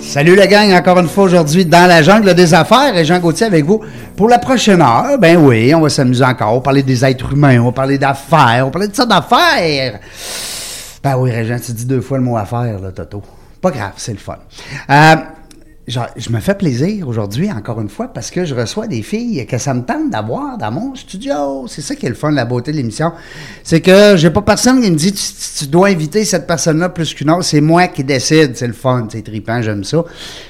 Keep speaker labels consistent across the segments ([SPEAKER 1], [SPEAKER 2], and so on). [SPEAKER 1] Salut la gang, encore une fois aujourd'hui dans la jungle des affaires et Jean Gauthier avec vous pour la prochaine heure. Ben oui, on va s'amuser encore, on va parler des êtres humains, on va parler d'affaires, on va parler de ça d'affaires. Ben oui, Régent, tu dis deux fois le mot affaires, là, Toto. Pas grave, c'est le fun. Euh, genre, je me fais plaisir aujourd'hui, encore une fois, parce que je reçois des filles que ça me tente d'avoir dans mon studio. C'est ça qui est le fun, la beauté de l'émission. C'est que j'ai pas personne qui me dit tu, tu dois inviter cette personne-là plus qu'une autre. C'est moi qui décide. C'est le fun, c'est trippant, j'aime ça.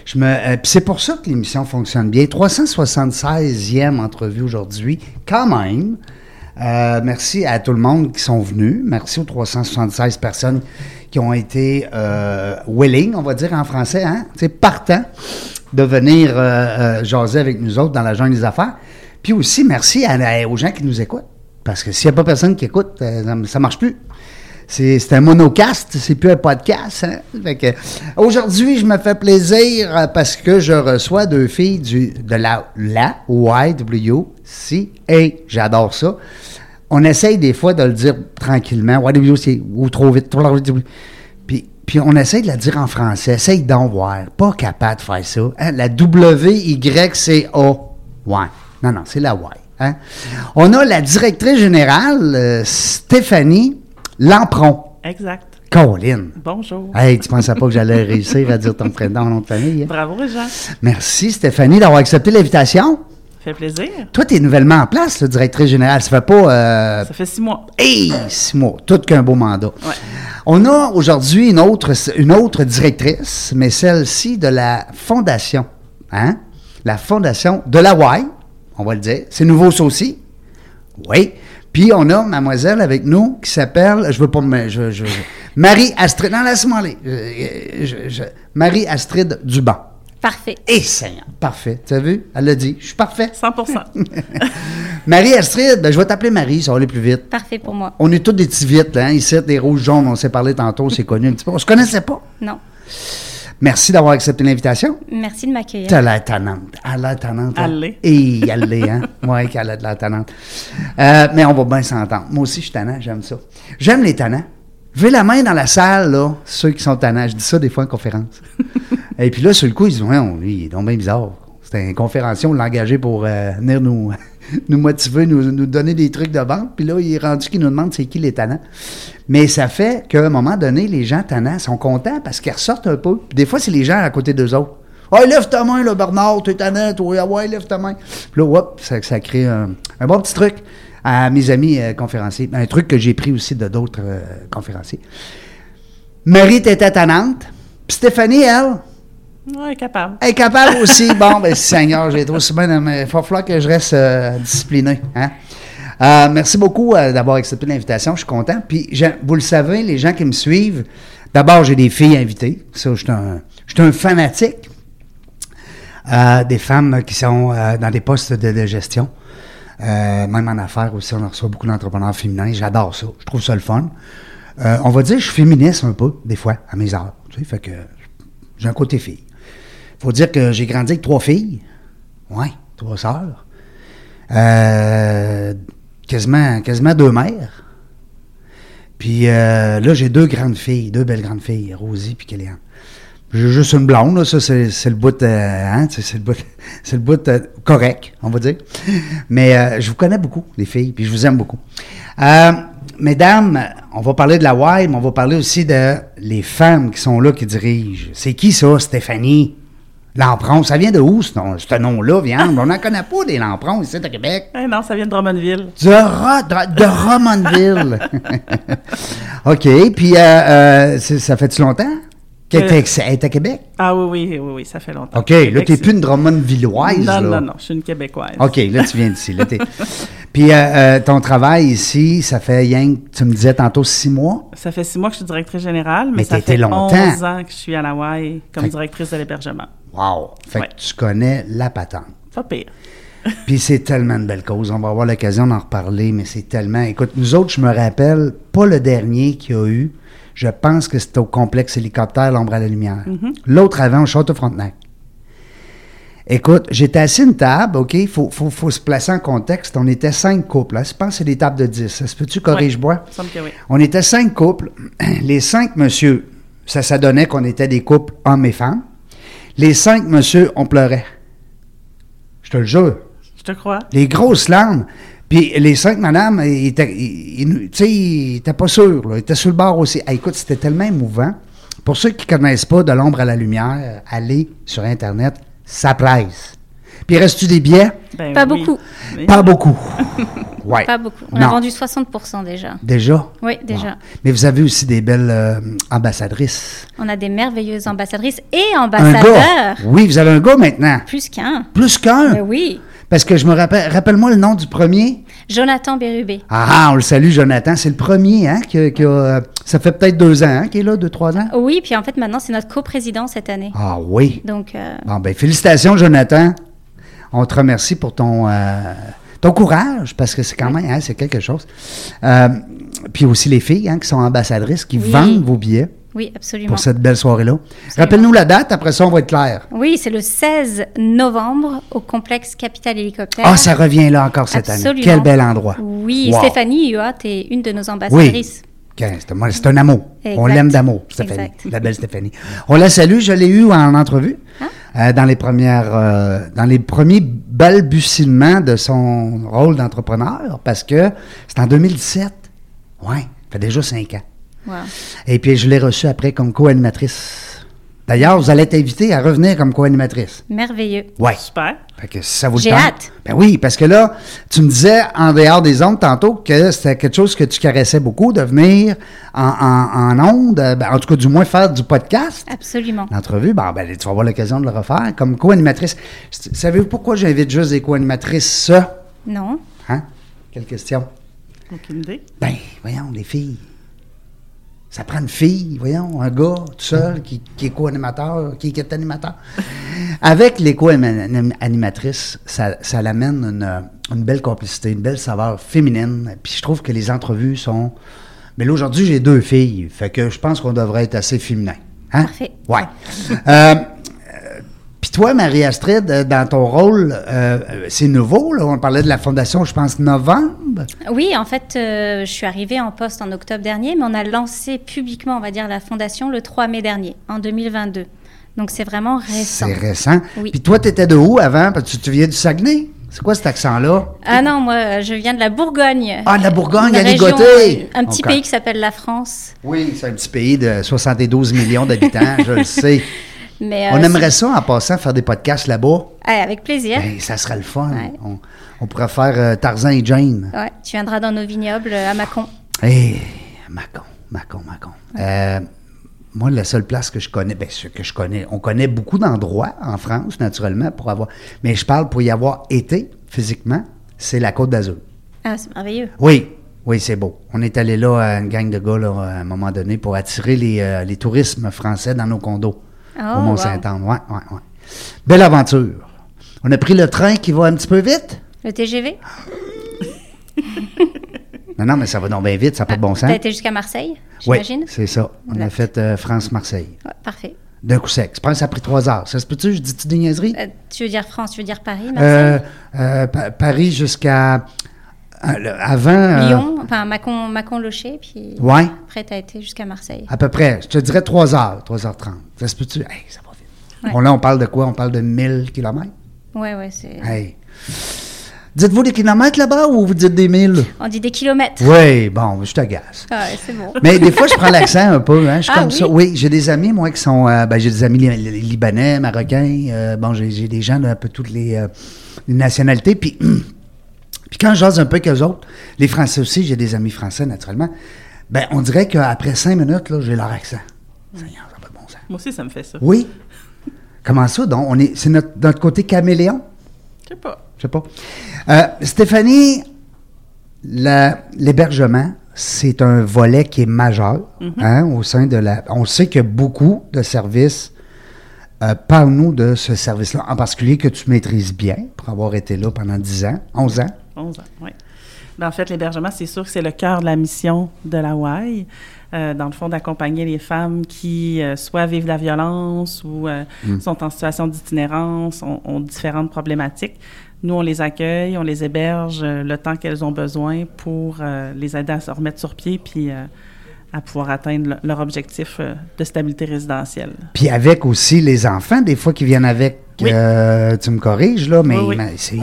[SPEAKER 1] Je me, euh, puis c'est pour ça que l'émission fonctionne bien. 376e entrevue aujourd'hui, quand même. Euh, merci à tout le monde qui sont venus. Merci aux 376 personnes qui ont été euh, willing, on va dire en français, hein, T'sais, partant de venir euh, jaser avec nous autres dans la jungle des affaires. Puis aussi, merci à, à- aux gens qui nous écoutent. Parce que s'il n'y a pas personne qui écoute, euh, ça- ça marche plus. C'est c'est un monocast, c'est plus un podcast. hein. Fait que, Aujourd'hui, je me fais plaisir euh, parce que je reçois deux filles du, de la, la YWCA. J'adore ça. On essaye des fois de le dire tranquillement, YWCA, ou trop vite, trop vite. Puis, puis on essaye de la dire en français. Essaye d'en voir. Pas capable de faire ça. hein. La WYCA. Ouais. Non, non, c'est la Y. hein. On a la directrice générale, euh, Stéphanie Lampron.
[SPEAKER 2] Exact.
[SPEAKER 1] Colin.
[SPEAKER 2] Bonjour.
[SPEAKER 1] Hey, tu pensais pas que j'allais réussir à dire ton prénom, nom de famille. hein?
[SPEAKER 2] Bravo, Jean.
[SPEAKER 1] Merci Stéphanie d'avoir accepté l'invitation.
[SPEAKER 2] Fait plaisir.
[SPEAKER 1] Toi, tu es nouvellement en place, le directrice générale. Ça fait pas euh,
[SPEAKER 2] Ça fait six mois.
[SPEAKER 1] Hey, six mois, tout qu'un beau mandat.
[SPEAKER 2] Ouais.
[SPEAKER 1] On a aujourd'hui une autre, une autre directrice, mais celle-ci de la fondation. Hein? La fondation de la Y, on va le dire. C'est nouveau ça aussi. Oui. Puis on a mademoiselle avec nous qui s'appelle, je veux pas me. je- je- je- Marie Astrid. Non, laisse-moi aller. Je- je- je- Marie Astrid Duban.
[SPEAKER 3] Parfait.
[SPEAKER 1] Et Seigneur. Parfait. Tu as vu? Elle l'a dit. Je suis parfait.
[SPEAKER 2] 100
[SPEAKER 1] Marie Astrid, ben, je vais t'appeler Marie, ça va aller plus vite.
[SPEAKER 3] Parfait pour moi.
[SPEAKER 1] On est tous des petits vites, là, hein, ici, des rouges jaunes, on s'est parlé tantôt, c'est connu un petit peu. On se connaissait pas.
[SPEAKER 3] Non.
[SPEAKER 1] Merci d'avoir accepté l'invitation.
[SPEAKER 3] Merci de m'accueillir.
[SPEAKER 1] T'as l'air tannante. Elle a l'air tannante. hein?
[SPEAKER 2] hein? Elle l'est.
[SPEAKER 1] Et elle l'est, hein? Ouais, qu'elle a de la tannante. Euh, mais on va bien s'entendre. Moi aussi, je suis tannant, j'aime ça. J'aime les tannants. J'ai la main dans la salle, là, ceux qui sont tannants. Je dis ça des fois en conférence. Et puis là, sur le coup, ils disent Ouais, on- lui, il est donc bien bizarre. C'était un conférencier, on l'a engagé pour euh, venir nous, nous motiver, nous, nous donner des trucs de vente. Puis là, il est rendu qu'il nous demande c'est qui les tannants. Mais ça fait qu'à un moment donné, les gens tannants sont contents parce qu'ils ressortent un peu. Puis des fois, c'est les gens à côté d'eux autres. Ouais, lève ta main, là, Bernard, t'es tannant, toi, Ah ouais, lève ta main. Puis là, hop, ça, ça crée un, un bon petit truc à mes amis euh, conférenciers. Un truc que j'ai pris aussi de d'autres euh, conférenciers. Marie était tannante. Puis Stéphanie, elle,
[SPEAKER 2] Ouais, capable.
[SPEAKER 1] Incapable aussi. Bon, ben, Seigneur, j'ai trop souvent. Il va falloir que je reste euh, discipliné. hein. Euh, merci beaucoup euh, d'avoir accepté l'invitation. Je suis content. Puis, je- vous le savez, les gens qui me suivent, d'abord, j'ai des filles invitées. Ça, je suis un, je suis un fanatique. Euh, des femmes qui sont euh, dans des postes de, de gestion. Euh, même en affaires aussi, on en reçoit beaucoup d'entrepreneurs féminins. J'adore ça. Je trouve ça le fun. Euh, on va dire que je suis féministe un peu, des fois, à mes heures. Tu sais, fait que j'ai un côté fille faut dire que j'ai grandi avec trois filles. Ouais, trois sœurs. Euh, quasiment, quasiment deux mères. Puis euh, là, j'ai deux grandes filles, deux belles grandes filles, Rosie puis Kéliane. J'ai juste une blonde, là, ça c'est c'est le bout, euh, hein, c'est c'est le bout, c'est le bout euh, correct, on va dire. Mais euh, je vous connais beaucoup, les filles, puis je vous aime beaucoup. Euh, mesdames, on va parler de la Y, mais on va parler aussi de les femmes qui sont là, qui dirigent. C'est qui ça, Stéphanie? Lampron, ça vient de où ce nom- ce nom-là, viande? On n'en connaît pas des Lamprons ici à Québec.
[SPEAKER 2] Eh non, ça vient de Drummondville.
[SPEAKER 1] De, Ro- de- de Drummondville. OK, puis euh, euh, c'est- ça fait-tu longtemps? Qui
[SPEAKER 2] Euh,
[SPEAKER 1] était, ex- elle est à Québec?
[SPEAKER 2] Ah oui, oui, oui, oui, ça fait longtemps.
[SPEAKER 1] OK, là,
[SPEAKER 2] Québec,
[SPEAKER 1] t'es
[SPEAKER 2] c'est-
[SPEAKER 1] plus une Drummondvilloise, là.
[SPEAKER 2] Non, non, non, je suis une Québécoise.
[SPEAKER 1] OK, là, tu viens d'ici. là, t'es- Puis euh, euh, ton travail ici, ça fait rien que tu me disais tantôt six mois.
[SPEAKER 2] Ça fait six mois que je suis directrice générale, mais,
[SPEAKER 1] Mais
[SPEAKER 2] ça
[SPEAKER 1] t'étais
[SPEAKER 2] fait
[SPEAKER 1] longtemps.
[SPEAKER 2] 11 ans que je suis à la Hawaï comme
[SPEAKER 1] Fait-
[SPEAKER 2] directrice de l'hébergement.
[SPEAKER 1] Wow! Fait
[SPEAKER 2] Ouais.
[SPEAKER 1] que tu connais la patente.
[SPEAKER 2] Pas pire.
[SPEAKER 1] Puis c'est tellement une belle cause. On va avoir l'occasion d'en reparler, mais c'est tellement. Écoute, nous autres, je me rappelle pas le dernier qu'il y a eu. Je pense que c'était au complexe hélicoptère, l'ombre à la lumière. L'autre avant, au Château Frontenac. Écoute, j'étais assis à une table, OK? Il faut, faut, faut se placer en contexte. On était cinq couples. hein. Je pense que c'est des tables de dix. Ça se peut-tu, corrige-moi?
[SPEAKER 2] Ouais, il me semble que oui.
[SPEAKER 1] On était cinq couples. Les cinq monsieur, ça, ça donnait qu'on était des couples hommes et femmes. Les cinq monsieur, on pleurait. Je te le jure.
[SPEAKER 2] Je te crois.
[SPEAKER 1] Des grosses larmes. Puis les cinq madames, ils étaient, ils- ils nous- tu sais, ils étaient pas sûrs. là. Ils étaient sur le bord aussi. Ah, écoute, c'était tellement émouvant. Pour ceux qui ne connaissent pas De l'ombre à la lumière, allez sur Internet, ça presse. Puis reste-tu des billets?
[SPEAKER 2] Ben
[SPEAKER 3] Pas
[SPEAKER 2] oui.
[SPEAKER 3] beaucoup.
[SPEAKER 2] Mais-
[SPEAKER 1] Pas beaucoup. Ouais.
[SPEAKER 3] Pas beaucoup. On a
[SPEAKER 1] Non.
[SPEAKER 3] vendu 60% déjà.
[SPEAKER 1] Déjà?
[SPEAKER 3] Oui, déjà.
[SPEAKER 1] Wow. Mais vous avez aussi des belles euh, ambassadrices.
[SPEAKER 3] On a des merveilleuses ambassadrices et
[SPEAKER 1] un
[SPEAKER 3] ambassadeurs.
[SPEAKER 1] gars. Oui, vous avez un gars maintenant.
[SPEAKER 3] Plus qu'un.
[SPEAKER 1] Plus qu'un.
[SPEAKER 3] Mais Ben oui.
[SPEAKER 1] Parce que je me rappelle. Rappelle-moi le nom du premier.
[SPEAKER 3] Jonathan Bérubé.
[SPEAKER 1] Ah, ah, on le salue, Jonathan. C'est le premier, hein, qui, a- qui a, euh, Ça fait peut-être deux ans, hein, qui est là, deux, trois ans.
[SPEAKER 3] Oui, puis en fait, maintenant, c'est notre coprésident cette année.
[SPEAKER 1] Ah oui.
[SPEAKER 3] Donc, euh,
[SPEAKER 1] Bon, ben, félicitations, Jonathan. On te remercie pour ton, euh, ton courage, parce que c'est quand même, hein, c'est quelque chose. Euh, puis aussi les filles, hein, qui sont ambassadrices, qui
[SPEAKER 3] Oui.
[SPEAKER 1] vendent vos billets
[SPEAKER 3] oui, absolument.
[SPEAKER 1] pour cette belle soirée-là. Rappelle-nous la date, après ça, on va être clair.
[SPEAKER 3] Oui, c'est le 16 novembre au complexe Capital Hélicoptère.
[SPEAKER 1] Ah, ça revient là encore cette année.
[SPEAKER 3] Absolument.
[SPEAKER 1] Quel bel endroit.
[SPEAKER 3] Oui,
[SPEAKER 1] Wow.
[SPEAKER 3] Stéphanie Huot est une de nos
[SPEAKER 1] Oui.
[SPEAKER 3] ambassadrices.
[SPEAKER 1] Quinze, C'est moi, c'est un amour. On
[SPEAKER 3] Exact.
[SPEAKER 1] l'aime d'amour, Stéphanie.
[SPEAKER 3] Exact.
[SPEAKER 1] La belle Stéphanie. On la salue, je l'ai eue en entrevue.
[SPEAKER 3] Hein?
[SPEAKER 1] euh, dans les premières, euh, dans les premiers balbutiements de son rôle d'entrepreneur, parce que c'est en 2017. Ouais, ça fait déjà cinq ans.
[SPEAKER 3] Wow.
[SPEAKER 1] Et puis je l'ai reçue après comme co-animatrice. D'ailleurs, vous allez être invité à revenir comme co-animatrice.
[SPEAKER 3] Merveilleux.
[SPEAKER 1] Ouais.
[SPEAKER 2] Super.
[SPEAKER 1] Fait que si ça vous le
[SPEAKER 3] J'ai
[SPEAKER 1] tente-
[SPEAKER 3] hâte.
[SPEAKER 1] Ben oui, parce que là, tu me disais en dehors des ondes tantôt que c'était quelque chose que tu caressais beaucoup, de venir en, en, en ondes, euh, ben, en tout cas du moins faire du podcast.
[SPEAKER 3] Absolument.
[SPEAKER 1] L'entrevue, ben, ben, tu vas avoir l'occasion de le refaire comme co-animatrice. S- Savez-vous pourquoi j'invite juste des co-animatrices ça?
[SPEAKER 3] Non.
[SPEAKER 1] Hein? Quelle question?
[SPEAKER 2] Aucune idée.
[SPEAKER 1] Ben, voyons, les filles. Ça prend une fille, voyons, un gars tout seul qui, qui est co-animateur, qui, qui est animateur. Avec les co-animatrices, ça, ça l'amène une, une belle complicité, une belle saveur féminine. Puis je trouve que les entrevues sont. Mais là, aujourd'hui, j'ai deux filles. Fait que je pense qu'on devrait être assez féminin. Hein?
[SPEAKER 3] Parfait.
[SPEAKER 1] Ouais. Euh, puis toi, Marie-Astrid, euh, dans ton rôle, euh, euh, c'est nouveau, là. On parlait de la fondation, je pense, novembre.
[SPEAKER 3] Oui, en fait, euh, je suis arrivée en poste en octobre dernier, mais on a lancé publiquement, on va dire, la fondation le 3 mai dernier, en 2022. Donc c'est vraiment récent.
[SPEAKER 1] C'est récent.
[SPEAKER 3] Oui.
[SPEAKER 1] Puis toi, tu étais de où avant? Parce que tu- tu viens du Saguenay. C'est quoi cet accent-là?
[SPEAKER 3] Ah non, moi, euh, je viens de la Bourgogne.
[SPEAKER 1] Ah, de la Bourgogne,
[SPEAKER 3] Une
[SPEAKER 1] à
[SPEAKER 3] région, euh,
[SPEAKER 1] Ligoté.
[SPEAKER 3] Un petit
[SPEAKER 1] Encore.
[SPEAKER 3] pays qui s'appelle la France.
[SPEAKER 1] Oui, c'est un petit pays de 72 millions d'habitants, je le sais.
[SPEAKER 3] Mais,
[SPEAKER 1] On
[SPEAKER 3] euh,
[SPEAKER 1] aimerait ça, en passant, faire des podcasts là-bas.
[SPEAKER 3] c'est- Ah, avec plaisir.
[SPEAKER 1] Ben, ça serait le fun.
[SPEAKER 3] Ouais.
[SPEAKER 1] On, on pourrait faire euh, Tarzan et Jane.
[SPEAKER 3] Ouais, tu viendras dans nos vignobles euh, à Mâcon.
[SPEAKER 1] Hé, Macon, Macon, Macon. Euh, moi, la seule place que je connais, ben, ce que je connais, on connaît beaucoup d'endroits en France, naturellement, pour avoir. Mais je parle pour y avoir été, physiquement, c'est la Côte d'Azur.
[SPEAKER 3] Ah, c'est merveilleux.
[SPEAKER 1] Oui, oui, c'est beau. On est allé là, à une gang de gars, là, à un moment donné, pour attirer les, euh, les tourismes français dans nos condos
[SPEAKER 3] Oh,
[SPEAKER 1] au Mont-Saint-Anne. Ouais, ouais, ouais. Belle aventure. On a pris le train qui va un petit peu vite.
[SPEAKER 3] Le TGV
[SPEAKER 1] Non, non, mais ça va donc bien vite, ça n'a pas de Ah, bon sens.
[SPEAKER 3] Ah, T'as été jusqu'à Marseille,
[SPEAKER 1] Oui,
[SPEAKER 3] j'imagine
[SPEAKER 1] c'est ça. On a
[SPEAKER 3] Ouais.
[SPEAKER 1] fait euh, France-Marseille.
[SPEAKER 3] Ouais, Parfait.
[SPEAKER 1] D'un coup sec. Je pense que ça a pris trois heures. Ça se peut-tu? Je dis-tu des niaiseries?
[SPEAKER 3] Euh, tu veux dire France, tu veux dire Paris,
[SPEAKER 1] Euh,
[SPEAKER 3] Marseille
[SPEAKER 1] euh, Pa- Paris jusqu'à... euh, le- avant... euh,
[SPEAKER 3] Lyon, enfin Mâcon, Mâcon Locher, puis
[SPEAKER 1] Ouais.
[SPEAKER 3] après t'as été jusqu'à Marseille.
[SPEAKER 1] À peu près, je te dirais 3 heures, 3h30. Ça se peut-tu? Hey, ça va vite.
[SPEAKER 3] Ouais.
[SPEAKER 1] Bon, là, on parle de quoi? On parle de 1000 km?
[SPEAKER 3] Ouais, ouais, c'est.
[SPEAKER 1] Hey. Dites-vous des kilomètres là-bas ou vous dites des 1000?
[SPEAKER 3] On dit des kilomètres.
[SPEAKER 1] Oui, bon, je t'agace.
[SPEAKER 3] Ah ouais, c'est bon.
[SPEAKER 1] Mais des fois, je prends l'accent un peu. Hein? Je suis
[SPEAKER 3] Ah
[SPEAKER 1] comme
[SPEAKER 3] oui?
[SPEAKER 1] ça. Oui, j'ai des amis, moi, qui sont. euh, ben, j'ai des amis li- li- libanais, marocains. euh, bon, j'ai j'ai des gens d'un peu toutes les, euh, les nationalités. Puis, puis quand je jase un peu qu'eux autres, les Français aussi, j'ai des amis français, naturellement. Ben, on dirait qu'après cinq minutes, là, j'ai leur accent. Seigneur, ça n'a pas de bon sens.
[SPEAKER 2] Moi aussi, ça me fait ça.
[SPEAKER 1] Oui. Comment ça, donc? On est, c'est notre, notre côté caméléon?
[SPEAKER 2] Je sais pas.
[SPEAKER 1] Je sais pas. Euh, Stéphanie, la- l'hébergement, c'est un volet qui est majeur
[SPEAKER 2] Mhm.
[SPEAKER 1] hein, au sein de la. On sait que beaucoup de services. Euh, Parle-nous de ce service-là, en particulier que tu maîtrises bien pour avoir été là pendant 10 ans, 11 ans.
[SPEAKER 2] 11 ans, oui. Ben, en fait, l'hébergement, c'est sûr que c'est le cœur de la mission de la WAI. euh, dans le fond, d'accompagner les femmes qui euh, soit vivent la violence ou euh, sont en situation d'itinérance, ont, ont différentes problématiques. Nous, on les accueille, on les héberge euh, le temps qu'elles ont besoin pour euh, les aider à se remettre sur pied puis euh, à pouvoir atteindre le- leur objectif euh, de stabilité résidentielle.
[SPEAKER 1] Puis avec aussi les enfants, des fois qui viennent avec,
[SPEAKER 2] Oui.
[SPEAKER 1] euh, tu me corriges, là, mais,
[SPEAKER 2] Oui, oui.
[SPEAKER 1] mais c'est-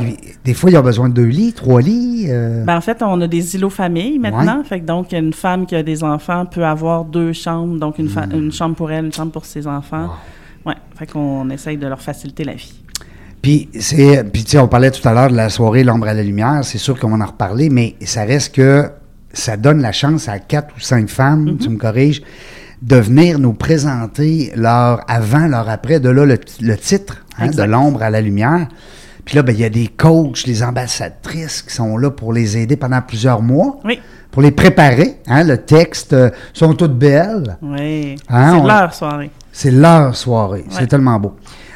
[SPEAKER 1] des fois, ils ont besoin de deux lits, trois lits. euh,
[SPEAKER 2] Ben, en fait, on a des îlots familles maintenant. Fait que donc, une femme qui a des enfants peut avoir deux chambres, donc une, fa-
[SPEAKER 1] Hmm.
[SPEAKER 2] une chambre pour elle, une chambre pour ses enfants. Ouais. Fait qu'on essaye de leur faciliter la vie.
[SPEAKER 1] Puis, c'est, puis tu sais, on parlait tout à l'heure de la soirée L'ombre à la lumière, c'est sûr qu'on va en reparler, mais ça reste que ça donne la chance à quatre ou cinq femmes, tu me corriges, de venir nous présenter leur avant, leur après, de là le, t- le titre, hein, de
[SPEAKER 2] Exact.
[SPEAKER 1] L'ombre à la lumière. Puis là, ben, il y a des coachs, les ambassadrices qui sont là pour les aider pendant plusieurs mois,
[SPEAKER 2] Oui.
[SPEAKER 1] pour les préparer. hein, le texte, euh, sont toutes belles.
[SPEAKER 2] Oui.
[SPEAKER 1] Ah,
[SPEAKER 2] C'est
[SPEAKER 1] on-
[SPEAKER 2] leur soirée.
[SPEAKER 1] C'est leur soirée. C'est tellement beau.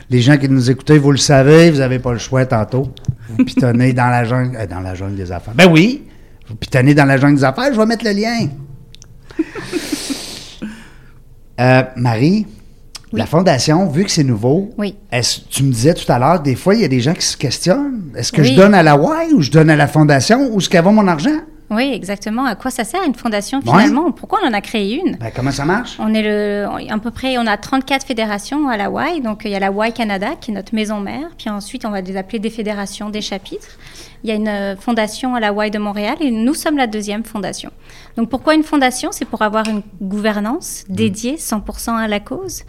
[SPEAKER 1] Les gens qui nous écoutez, vous le savez, vous n'avez pas le choix tantôt. Vous pitonnez dans la jungle, euh, dans la jungle des affaires. Ben oui, vous pitonnez dans la jungle des affaires, je vais mettre le lien. Euh, Marie, la fondation, vu que c'est nouveau,
[SPEAKER 3] Oui.
[SPEAKER 1] est-ce- tu me disais tout à l'heure, des fois, il y a des gens qui se questionnent. Est-ce que je
[SPEAKER 3] Oui.
[SPEAKER 1] donne à la Y ou je donne à la fondation ou ce qu'elle va mon argent?
[SPEAKER 3] Oui, exactement. À quoi ça sert une fondation
[SPEAKER 1] Ouais.
[SPEAKER 3] finalement Pourquoi on en a créé une
[SPEAKER 1] Ben, comment ça marche?
[SPEAKER 3] On est le, à peu près, on a 34 fédérations à la Y. Donc, il y a la Y Canada, qui est notre maison mère. Puis ensuite, on va les appeler des fédérations, des chapitres. Il y a une euh, fondation à la Y de Montréal et nous sommes la deuxième fondation. Donc, pourquoi une fondation C'est pour avoir une gouvernance dédiée 100% à la cause,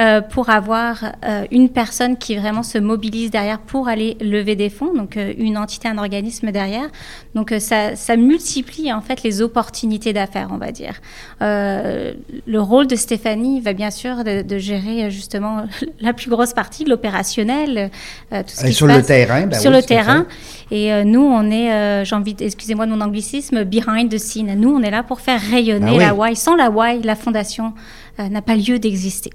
[SPEAKER 3] euh, pour avoir euh, une personne qui vraiment se mobilise derrière pour aller lever des fonds, donc euh, une entité, un organisme derrière. Donc, euh, ça, ça multiplie en fait les opportunités d'affaires, on va dire. Euh, le rôle de Stéphanie va bien sûr de, de gérer euh, justement la plus grosse partie, l'opérationnel, euh, tout ce
[SPEAKER 1] Et
[SPEAKER 3] qui
[SPEAKER 1] sur
[SPEAKER 3] se
[SPEAKER 1] le
[SPEAKER 3] passe
[SPEAKER 1] terrain, ben
[SPEAKER 3] sur
[SPEAKER 1] oui,
[SPEAKER 3] le
[SPEAKER 1] tout à fait.
[SPEAKER 3] terrain. Et euh, nous, on est, euh, j'ai envie, de- excusez-moi de mon anglicisme, behind the scene. Nous, on est là pour faire rayonner
[SPEAKER 1] Ah oui.
[SPEAKER 3] la WAI. Sans la WAI, la fondation euh, n'a pas lieu d'exister.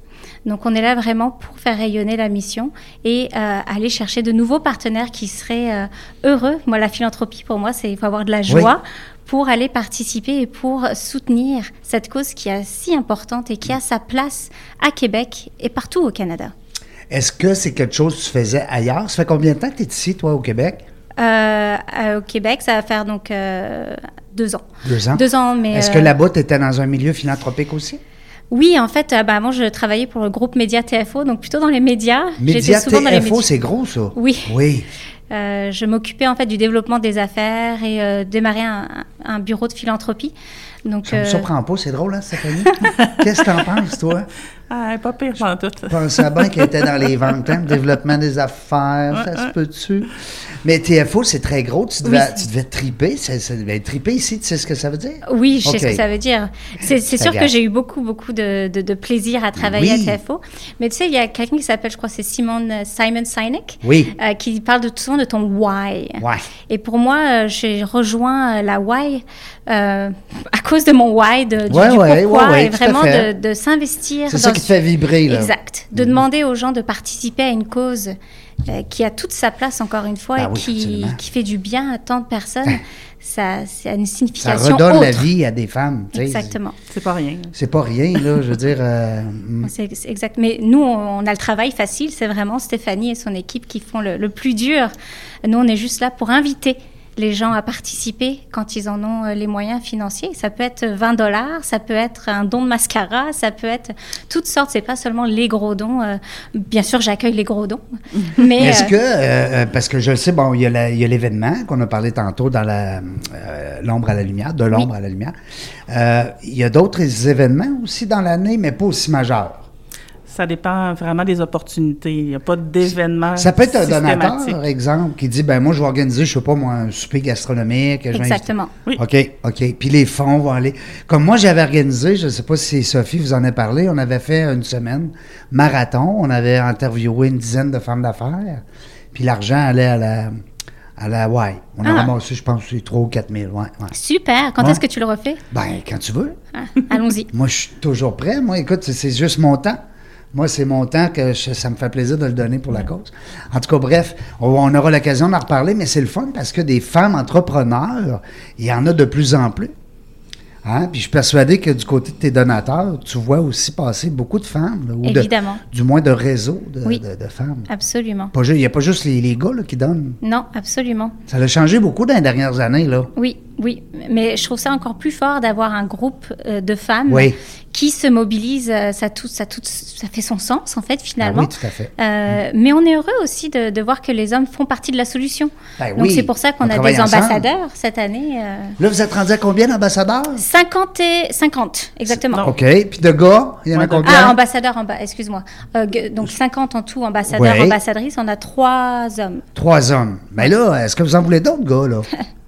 [SPEAKER 3] Donc, on est là vraiment pour faire rayonner la mission et euh, aller chercher de nouveaux partenaires qui seraient euh, heureux. Moi, la philanthropie, pour moi, c'est il faut avoir de la joie pour aller participer et pour soutenir cette cause qui est si importante et qui a sa place à Québec et partout au Canada.
[SPEAKER 1] Est-ce que c'est quelque chose que tu faisais ailleurs? Ça fait combien de temps que tu es ici, toi, au Québec?
[SPEAKER 3] Euh, euh, au Québec, ça va faire donc euh, deux ans.
[SPEAKER 1] Deux ans?
[SPEAKER 3] Deux ans, mais.
[SPEAKER 1] Est-ce
[SPEAKER 3] euh,
[SPEAKER 1] que là-bas, tu étais dans un milieu philanthropique aussi?
[SPEAKER 3] Oui, en fait, euh, bah, avant, je travaillais pour le groupe Média TFO, donc plutôt dans les médias.
[SPEAKER 1] Média
[SPEAKER 3] J'étais souvent dans les
[SPEAKER 1] TFO,
[SPEAKER 3] médias.
[SPEAKER 1] c'est gros, ça?
[SPEAKER 3] Oui.
[SPEAKER 1] Oui.
[SPEAKER 3] Euh, je m'occupais en fait du développement des affaires et euh, démarrer un, un bureau de philanthropie. Donc,
[SPEAKER 1] Ça me
[SPEAKER 3] euh,
[SPEAKER 1] surprend pas, c'est drôle, hein, Stéphanie? Qu'est-ce que t'en penses, toi?
[SPEAKER 2] Ah, pas pire dans tout.
[SPEAKER 1] Pensais bien qu'elle était dans les ventes, hein, le développement des affaires, ça se peut-tu? Mais TFO, c'est très gros, tu devais,
[SPEAKER 3] Oui.
[SPEAKER 1] tu devais triper, ça, ça devait être triper ici, tu sais ce que ça veut dire?
[SPEAKER 3] Oui, je sais
[SPEAKER 1] Ok.
[SPEAKER 3] ce que ça veut dire. C'est c'est
[SPEAKER 1] Ça
[SPEAKER 3] sûr
[SPEAKER 1] gâche.
[SPEAKER 3] que j'ai eu beaucoup, beaucoup de, de- de plaisir à travailler
[SPEAKER 1] Oui.
[SPEAKER 3] à TFO. Mais tu sais, il y a quelqu'un qui s'appelle, je crois, c'est Simon, Simon Sinek,
[SPEAKER 1] Oui.
[SPEAKER 3] euh, qui parle de, souvent de ton why.
[SPEAKER 1] Ouais.
[SPEAKER 3] Et pour moi, euh, j'ai rejoint euh, la why euh, à cause de mon why, de, du,
[SPEAKER 1] Ouais,
[SPEAKER 3] du
[SPEAKER 1] ouais,
[SPEAKER 3] pourquoi,
[SPEAKER 1] ouais, ouais,
[SPEAKER 3] et
[SPEAKER 1] tout à
[SPEAKER 3] vraiment de,
[SPEAKER 1] fait.
[SPEAKER 3] de s'investir.
[SPEAKER 1] C'est ça
[SPEAKER 3] dans-
[SPEAKER 1] qui te fait Mhm. vibrer, là.
[SPEAKER 3] Exact. De demander aux gens de participer à une cause euh, qui a toute sa place, encore une fois,
[SPEAKER 1] Bah
[SPEAKER 3] et
[SPEAKER 1] oui,
[SPEAKER 3] qui,
[SPEAKER 1] absolument.
[SPEAKER 3] qui fait du bien à tant de personnes. ça, ça a une
[SPEAKER 1] Ça
[SPEAKER 3] signification
[SPEAKER 1] redonne
[SPEAKER 3] autre.
[SPEAKER 1] la vie à des femmes, tu sais.
[SPEAKER 3] Exactement.
[SPEAKER 2] C'est pas rien.
[SPEAKER 1] C'est pas rien, là, je veux dire. euh, mm.
[SPEAKER 3] C'est c'est exact. Mais nous, on on a le travail facile. C'est vraiment Stéphanie et son équipe qui font le, le plus dur. Nous, on est juste là pour inviter les gens à participer quand ils en ont euh, les moyens financiers. Ça peut être 20 dollars, ça peut être un don de mascara, ça peut être toutes sortes. C'est pas seulement les gros dons. Euh, Bien sûr, j'accueille les gros dons. Mais
[SPEAKER 1] Est-ce
[SPEAKER 3] euh,
[SPEAKER 1] que, euh, euh, parce que je le sais, bon, il y a la- il y a l'événement qu'on a parlé tantôt dans la, euh, l'ombre à la lumière, de l'ombre à la lumière. Euh, il y a d'autres événements aussi dans l'année, mais pas aussi majeurs.
[SPEAKER 2] Ça dépend vraiment des opportunités. Il n'y a pas d'événement.
[SPEAKER 1] Ça peut être un donateur,
[SPEAKER 2] systématique.
[SPEAKER 1] par exemple, qui dit ben moi, je vais organiser, je sais pas, moi, un souper gastronomique. je vais
[SPEAKER 3] Exactement.
[SPEAKER 2] Oui.
[SPEAKER 1] OK, OK. Puis les fonds vont aller. Comme moi, j'avais organisé, je ne sais pas si Sophie vous en a parlé, on avait fait une semaine marathon. On avait interviewé une dizaine de femmes d'affaires. Puis l'argent allait à la, à la Hawaii. On a
[SPEAKER 3] Ah.
[SPEAKER 1] ramassé, je pense, c'est 3 ou 4 000. Ouais, ouais.
[SPEAKER 3] Super. Quand
[SPEAKER 1] Ouais.
[SPEAKER 3] est-ce que tu le refais
[SPEAKER 1] Ben, quand tu veux.
[SPEAKER 3] Ah, Allons-y.
[SPEAKER 1] Moi, je suis toujours prêt. Moi, écoute, c'est- c'est juste mon temps. Moi, c'est mon temps que je- ça me fait plaisir de le donner pour la cause. En tout cas, bref, on, on aura l'occasion d'en reparler, mais c'est le fun parce que des femmes entrepreneurs, il y en a de plus en plus. Hein? Puis je suis persuadé que du côté de tes donateurs, tu vois aussi passer beaucoup de femmes. là, ou de-
[SPEAKER 3] Évidemment.
[SPEAKER 1] du moins de réseaux de,
[SPEAKER 3] Oui.
[SPEAKER 1] de- de femmes.
[SPEAKER 3] Absolument.
[SPEAKER 1] Pas ju- Il n'y a pas juste les, les gars là, qui donnent.
[SPEAKER 3] Non, absolument.
[SPEAKER 1] Ça a changé beaucoup dans les dernières années. là.
[SPEAKER 3] Oui, oui, mais je trouve ça encore plus fort d'avoir un groupe euh, de femmes
[SPEAKER 1] Oui.
[SPEAKER 3] qui se mobilisent. euh, Ça, tout, ça, tout, ça fait son sens en fait finalement.
[SPEAKER 1] Ah oui, tout à fait. Mm.
[SPEAKER 3] Euh, mais on est heureux aussi de, de voir que les hommes font partie de la solution.
[SPEAKER 1] Ben
[SPEAKER 3] Donc
[SPEAKER 1] oui,
[SPEAKER 3] c'est pour ça
[SPEAKER 1] on
[SPEAKER 3] qu'on a
[SPEAKER 1] travaille
[SPEAKER 3] des
[SPEAKER 1] ensemble.
[SPEAKER 3] ambassadeurs cette année. euh,
[SPEAKER 1] Là, vous êtes rendu à combien d'ambassadeurs?
[SPEAKER 3] 50 et 50, exactement.
[SPEAKER 1] OK. Puis de gars, il y en a
[SPEAKER 2] Ouais, de-
[SPEAKER 1] combien?
[SPEAKER 3] Ah, ambassadeurs, amba- excuse-moi. Euh, gue- donc 50 en tout, ambassadeurs,
[SPEAKER 1] Ouais.
[SPEAKER 3] ambassadrices. On a trois hommes.
[SPEAKER 1] Trois hommes. Mais là, est-ce que vous en voulez d'autres, gars, là?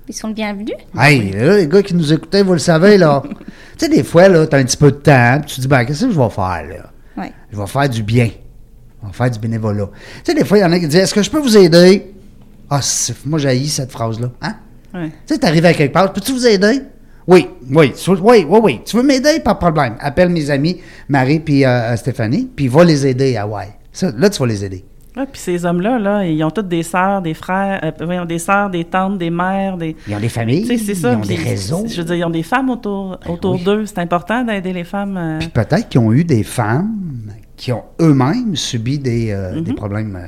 [SPEAKER 3] Ils sont le bienvenus.
[SPEAKER 1] hey, là, les gars qui nous écoutaient, vous le savez, là. tu sais, des fois, là, t'as un petit peu de temps, puis tu te dis, ben, qu'est-ce que je vais faire, là?
[SPEAKER 3] Ouais.
[SPEAKER 1] Je vais faire du bien. Je vais faire du bénévolat. Tu sais, des fois, il y en a qui disent, est-ce que je peux vous aider? Ah, c'est- moi, j'ai cette phrase-là. Hein?
[SPEAKER 2] Ouais.
[SPEAKER 1] Tu sais, t'arrives à quelque part, peux-tu vous aider? Oui, oui, so- oui, oui, oui. Tu veux m'aider? Pas de problème. Appelle mes amis, Marie puis euh, Stéphanie, puis va les aider à Hawaï. Ça, là, tu vas les aider.
[SPEAKER 2] Ouais, puis ces hommes-là, là, ils ont tous des sœurs, des frères, euh, voyons, des sœurs, des tantes, des mères, des.
[SPEAKER 1] Ils ont des familles,
[SPEAKER 2] Tu sais, c'est ça.
[SPEAKER 1] ils ont
[SPEAKER 2] puis
[SPEAKER 1] des réseaux.
[SPEAKER 2] Je veux dire, ils ont des femmes autour, autour
[SPEAKER 1] oui.
[SPEAKER 2] d'eux. C'est important d'aider les femmes. euh,
[SPEAKER 1] Puis peut-être qu'ils ont eu des femmes qui ont eux-mêmes subi des, euh,
[SPEAKER 2] Mhm.
[SPEAKER 1] des problèmes euh,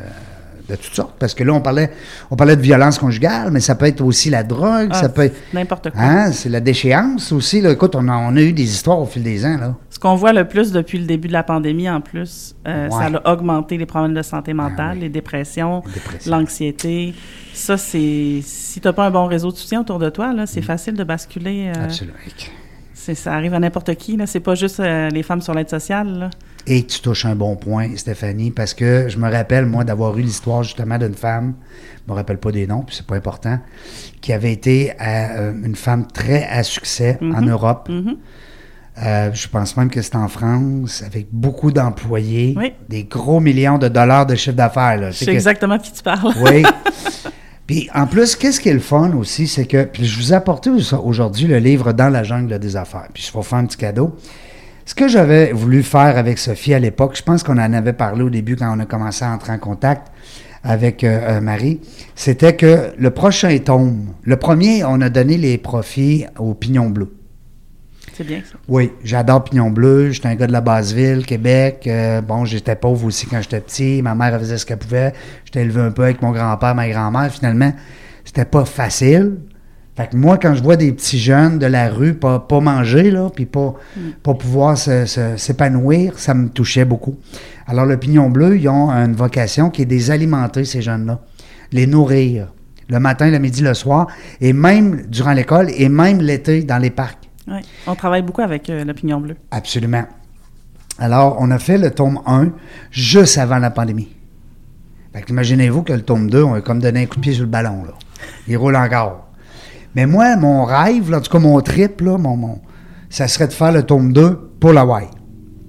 [SPEAKER 1] de toutes sortes. Parce que là, on parlait, on parlait de violence conjugale, mais ça peut être aussi la drogue,
[SPEAKER 2] ah,
[SPEAKER 1] ça peut être.
[SPEAKER 2] N'importe quoi.
[SPEAKER 1] Hein, c'est la déchéance aussi. Là. Écoute, on a, on a eu des histoires au fil des ans. Là.
[SPEAKER 2] Ce qu'on voit le plus depuis le début de la pandémie, en plus, euh,
[SPEAKER 1] Ouais.
[SPEAKER 2] ça a augmenté les problèmes de santé mentale,
[SPEAKER 1] Ah oui.
[SPEAKER 2] les dépressions,
[SPEAKER 1] Les dépressions.
[SPEAKER 2] l'anxiété. Ça, c'est. Si tu n'as pas un bon réseau de soutien autour de toi, là, c'est facile de basculer. euh,
[SPEAKER 1] Mm. Absolument.
[SPEAKER 2] c'est- ça arrive à n'importe qui. Ce n'est pas juste euh, les femmes sur l'aide sociale. là.
[SPEAKER 1] Et tu touches un bon point, Stéphanie, parce que je me rappelle, moi, d'avoir eu l'histoire justement d'une femme, je me rappelle pas des noms, puis c'est pas important, qui avait été euh, une femme très à succès en Europe. Euh, je pense même que c'est en France, avec beaucoup d'employés,
[SPEAKER 2] Oui.
[SPEAKER 1] des gros millions de dollars de chiffre d'affaires. là.
[SPEAKER 2] Je
[SPEAKER 1] C'est
[SPEAKER 2] sais
[SPEAKER 1] que-
[SPEAKER 2] exactement de qui tu parles.
[SPEAKER 1] oui. Puis en plus, qu'est-ce qui est le fun aussi, c'est que puis je vous ai apporté au- aujourd'hui le livre Dans la jungle des affaires. Puis je vais faire un petit cadeau. Ce que j'avais voulu faire avec Sophie à l'époque, je pense qu'on en avait parlé au début quand on a commencé à entrer en contact avec euh, euh, Marie, c'était que le prochain tome, le premier, on a donné les profits au Pignon Bleu.
[SPEAKER 2] C'est bien ça.
[SPEAKER 1] Oui, j'adore Pignon Bleu. J'étais un gars de la Basse-Ville, Québec. Euh, bon, j'étais pauvre aussi quand j'étais petit. Ma mère elle faisait ce qu'elle pouvait. J'étais élevé un peu avec mon grand-père, ma grand-mère. Finalement, c'était pas facile. Fait que moi, quand je vois des petits jeunes de la rue pas, pas manger, là, puis pas, pas pouvoir se- se- s'épanouir, ça me touchait beaucoup. Alors, le Pignon Bleu, ils ont une vocation qui est des alimenter, ces jeunes-là. Les nourrir. Le matin, le midi, le soir, et même durant l'école, et même l'été dans les parcs.
[SPEAKER 2] Ouais. On travaille beaucoup avec euh, l'opinion bleue.
[SPEAKER 1] Absolument. Alors, on a fait le tome 1 juste avant la pandémie. Fait que imaginez-vous que le tome 2, on a comme donné un coup de pied sur le ballon, là. Il roule encore. Mais moi, mon rêve, là, en tout cas mon trip, là, mon, mon- ça serait de faire le tome 2 pour la Y.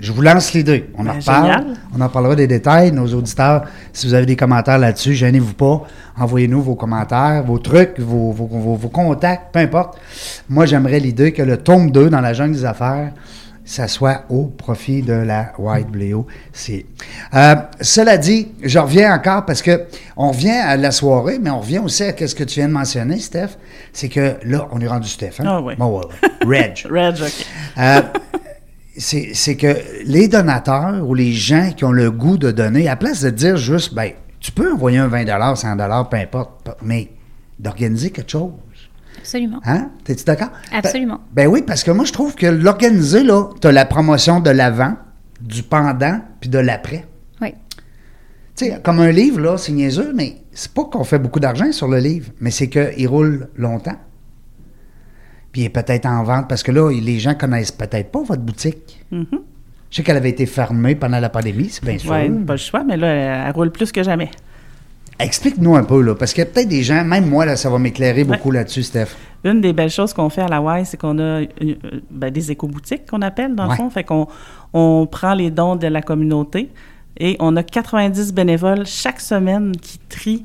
[SPEAKER 1] Je vous lance l'idée. On en
[SPEAKER 2] Ben,
[SPEAKER 1] reparle.
[SPEAKER 2] génial.
[SPEAKER 1] On en parlera des détails. Nos auditeurs, si vous avez des commentaires là-dessus, gênez-vous pas. Envoyez-nous vos commentaires, vos trucs, vos, vos- vos- vos contacts, peu importe. Moi, j'aimerais l'idée que le tome 2 dans la jungle des affaires, ça soit au profit de la White Bléo. C'est- Euh, cela dit, je reviens encore parce que on revient à la soirée, mais on revient aussi à ce que tu viens de mentionner, Steph. C'est que là, on est rendu Steph. hein?
[SPEAKER 2] Ah ouais.
[SPEAKER 1] Bon, ouais, ouais. Reg.
[SPEAKER 2] Reg, OK.
[SPEAKER 1] Euh, c'est c'est que les donateurs ou les gens qui ont le goût de donner, à place de dire juste, ben, tu peux envoyer un 20 100 peu importe, p- mais d'organiser quelque chose.
[SPEAKER 3] Absolument.
[SPEAKER 1] Hein? T'es-tu d'accord?
[SPEAKER 3] Absolument.
[SPEAKER 1] Ben, ben oui, parce que moi, je trouve que l'organiser, là, t'as la promotion de l'avant, du pendant, puis de l'après.
[SPEAKER 3] Oui.
[SPEAKER 1] Tu sais, comme un livre, là, c'est niaiseux, mais c'est pas qu'on fait beaucoup d'argent sur le livre, mais c'est qu'il roule longtemps.
[SPEAKER 2] Mm-hmm.
[SPEAKER 1] Puis il est peut-être en vente, parce que là, les gens connaissent peut-être pas votre boutique. Je sais qu'elle avait été fermée pendant la pandémie, c'est bien sûr.
[SPEAKER 2] Oui, pas le choix, mais là, elle, elle roule plus que jamais.
[SPEAKER 1] Explique-nous un peu, là, parce qu'il y a peut-être des gens, même moi, là, ça va m'éclairer beaucoup là-dessus, Steph.
[SPEAKER 2] Une des belles choses qu'on fait à la WAI, c'est qu'on a euh, euh, ben, des éco-boutiques qu'on appelle, dans
[SPEAKER 1] Ouais.
[SPEAKER 2] le fond. Fait qu'on on prend les dons de la communauté et on a 90 bénévoles chaque semaine qui trient,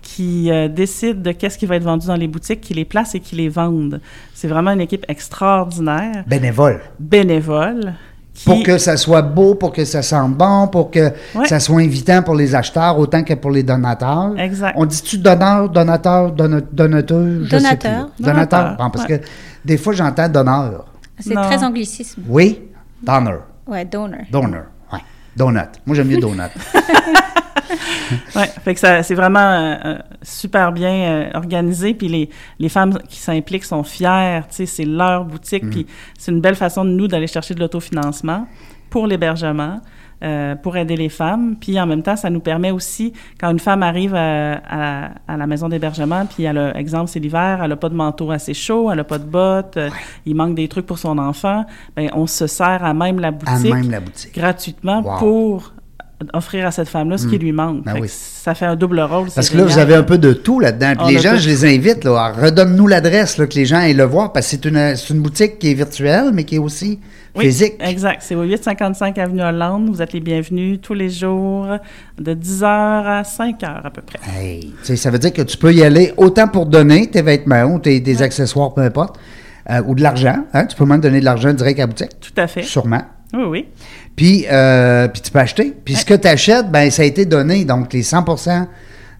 [SPEAKER 2] qui euh, décident de qu'est-ce qui va être vendu dans les boutiques, qui les placent et qui les vendent. C'est vraiment une équipe extraordinaire,
[SPEAKER 1] Bénévole.
[SPEAKER 2] bénévole. Qui,
[SPEAKER 1] Pour que ça soit beau, pour que ça sente bon, pour que
[SPEAKER 2] Ouais.
[SPEAKER 1] ça soit invitant pour les acheteurs autant que pour les donateurs.
[SPEAKER 2] Exact.
[SPEAKER 1] On dit-tu donneur, donateur, dono- donateur? je sais
[SPEAKER 3] Donateur.
[SPEAKER 1] plus. Donateur.
[SPEAKER 2] Donateur,
[SPEAKER 1] Bon, parce
[SPEAKER 2] ouais.
[SPEAKER 1] que des fois, j'entends donneur.
[SPEAKER 3] C'est
[SPEAKER 2] Non.
[SPEAKER 3] très anglicisme.
[SPEAKER 1] Oui, donor.
[SPEAKER 3] Ouais, donor.
[SPEAKER 1] Donor. Ouais. Donut. Moi, j'aime mieux donut.
[SPEAKER 2] Ouais, fait que ça, c'est vraiment euh, euh, super bien euh, organisé. Puis les, les femmes qui s'impliquent sont fières. Tu sais, c'est leur boutique. Puis
[SPEAKER 1] Mm-hmm.
[SPEAKER 2] c'est une belle façon de nous d'aller chercher de l'autofinancement pour l'hébergement, euh, pour aider les femmes. Puis en même temps, ça nous permet aussi, quand une femme arrive à, à- à la maison d'hébergement, puis elle a, exemple, c'est l'hiver, elle n'a pas de manteau assez chaud, elle n'a pas de bottes, euh, il manque des trucs pour son enfant, ben on se sert à même la
[SPEAKER 1] à
[SPEAKER 2] boutique
[SPEAKER 1] même la boutique.
[SPEAKER 2] gratuitement
[SPEAKER 1] Wow.
[SPEAKER 2] pour offrir à cette femme-là ce qui lui manque.
[SPEAKER 1] Ben
[SPEAKER 2] Fait que
[SPEAKER 1] oui.
[SPEAKER 2] Ça fait un double rôle.
[SPEAKER 1] Parce
[SPEAKER 2] c'est
[SPEAKER 1] que là, vous
[SPEAKER 2] génial.
[SPEAKER 1] avez un peu de tout là-dedans. Puis
[SPEAKER 2] On
[SPEAKER 1] les
[SPEAKER 2] a
[SPEAKER 1] gens,
[SPEAKER 2] tout.
[SPEAKER 1] je les invite, là, à- redonne-nous l'adresse, là, que les gens aillent le voir, parce que c'est une, c'est une boutique qui est virtuelle, mais qui est aussi
[SPEAKER 2] Oui,
[SPEAKER 1] physique.
[SPEAKER 2] Exact. C'est au 855 Avenue Hollande. Vous êtes les bienvenus tous les jours de 10h à 5h à peu près.
[SPEAKER 1] Hey, tu sais, ça veut dire que tu peux y aller autant pour donner tes vêtements ou tes, tes accessoires, peu importe, euh, ou de l'argent. hein, tu peux même donner de l'argent direct à la boutique,
[SPEAKER 2] Tout à fait.
[SPEAKER 1] sûrement.
[SPEAKER 2] Oui, oui.
[SPEAKER 1] Puis, euh, puis tu peux acheter. Puis ce que tu achètes, ben, ça a été donné. Donc, les 100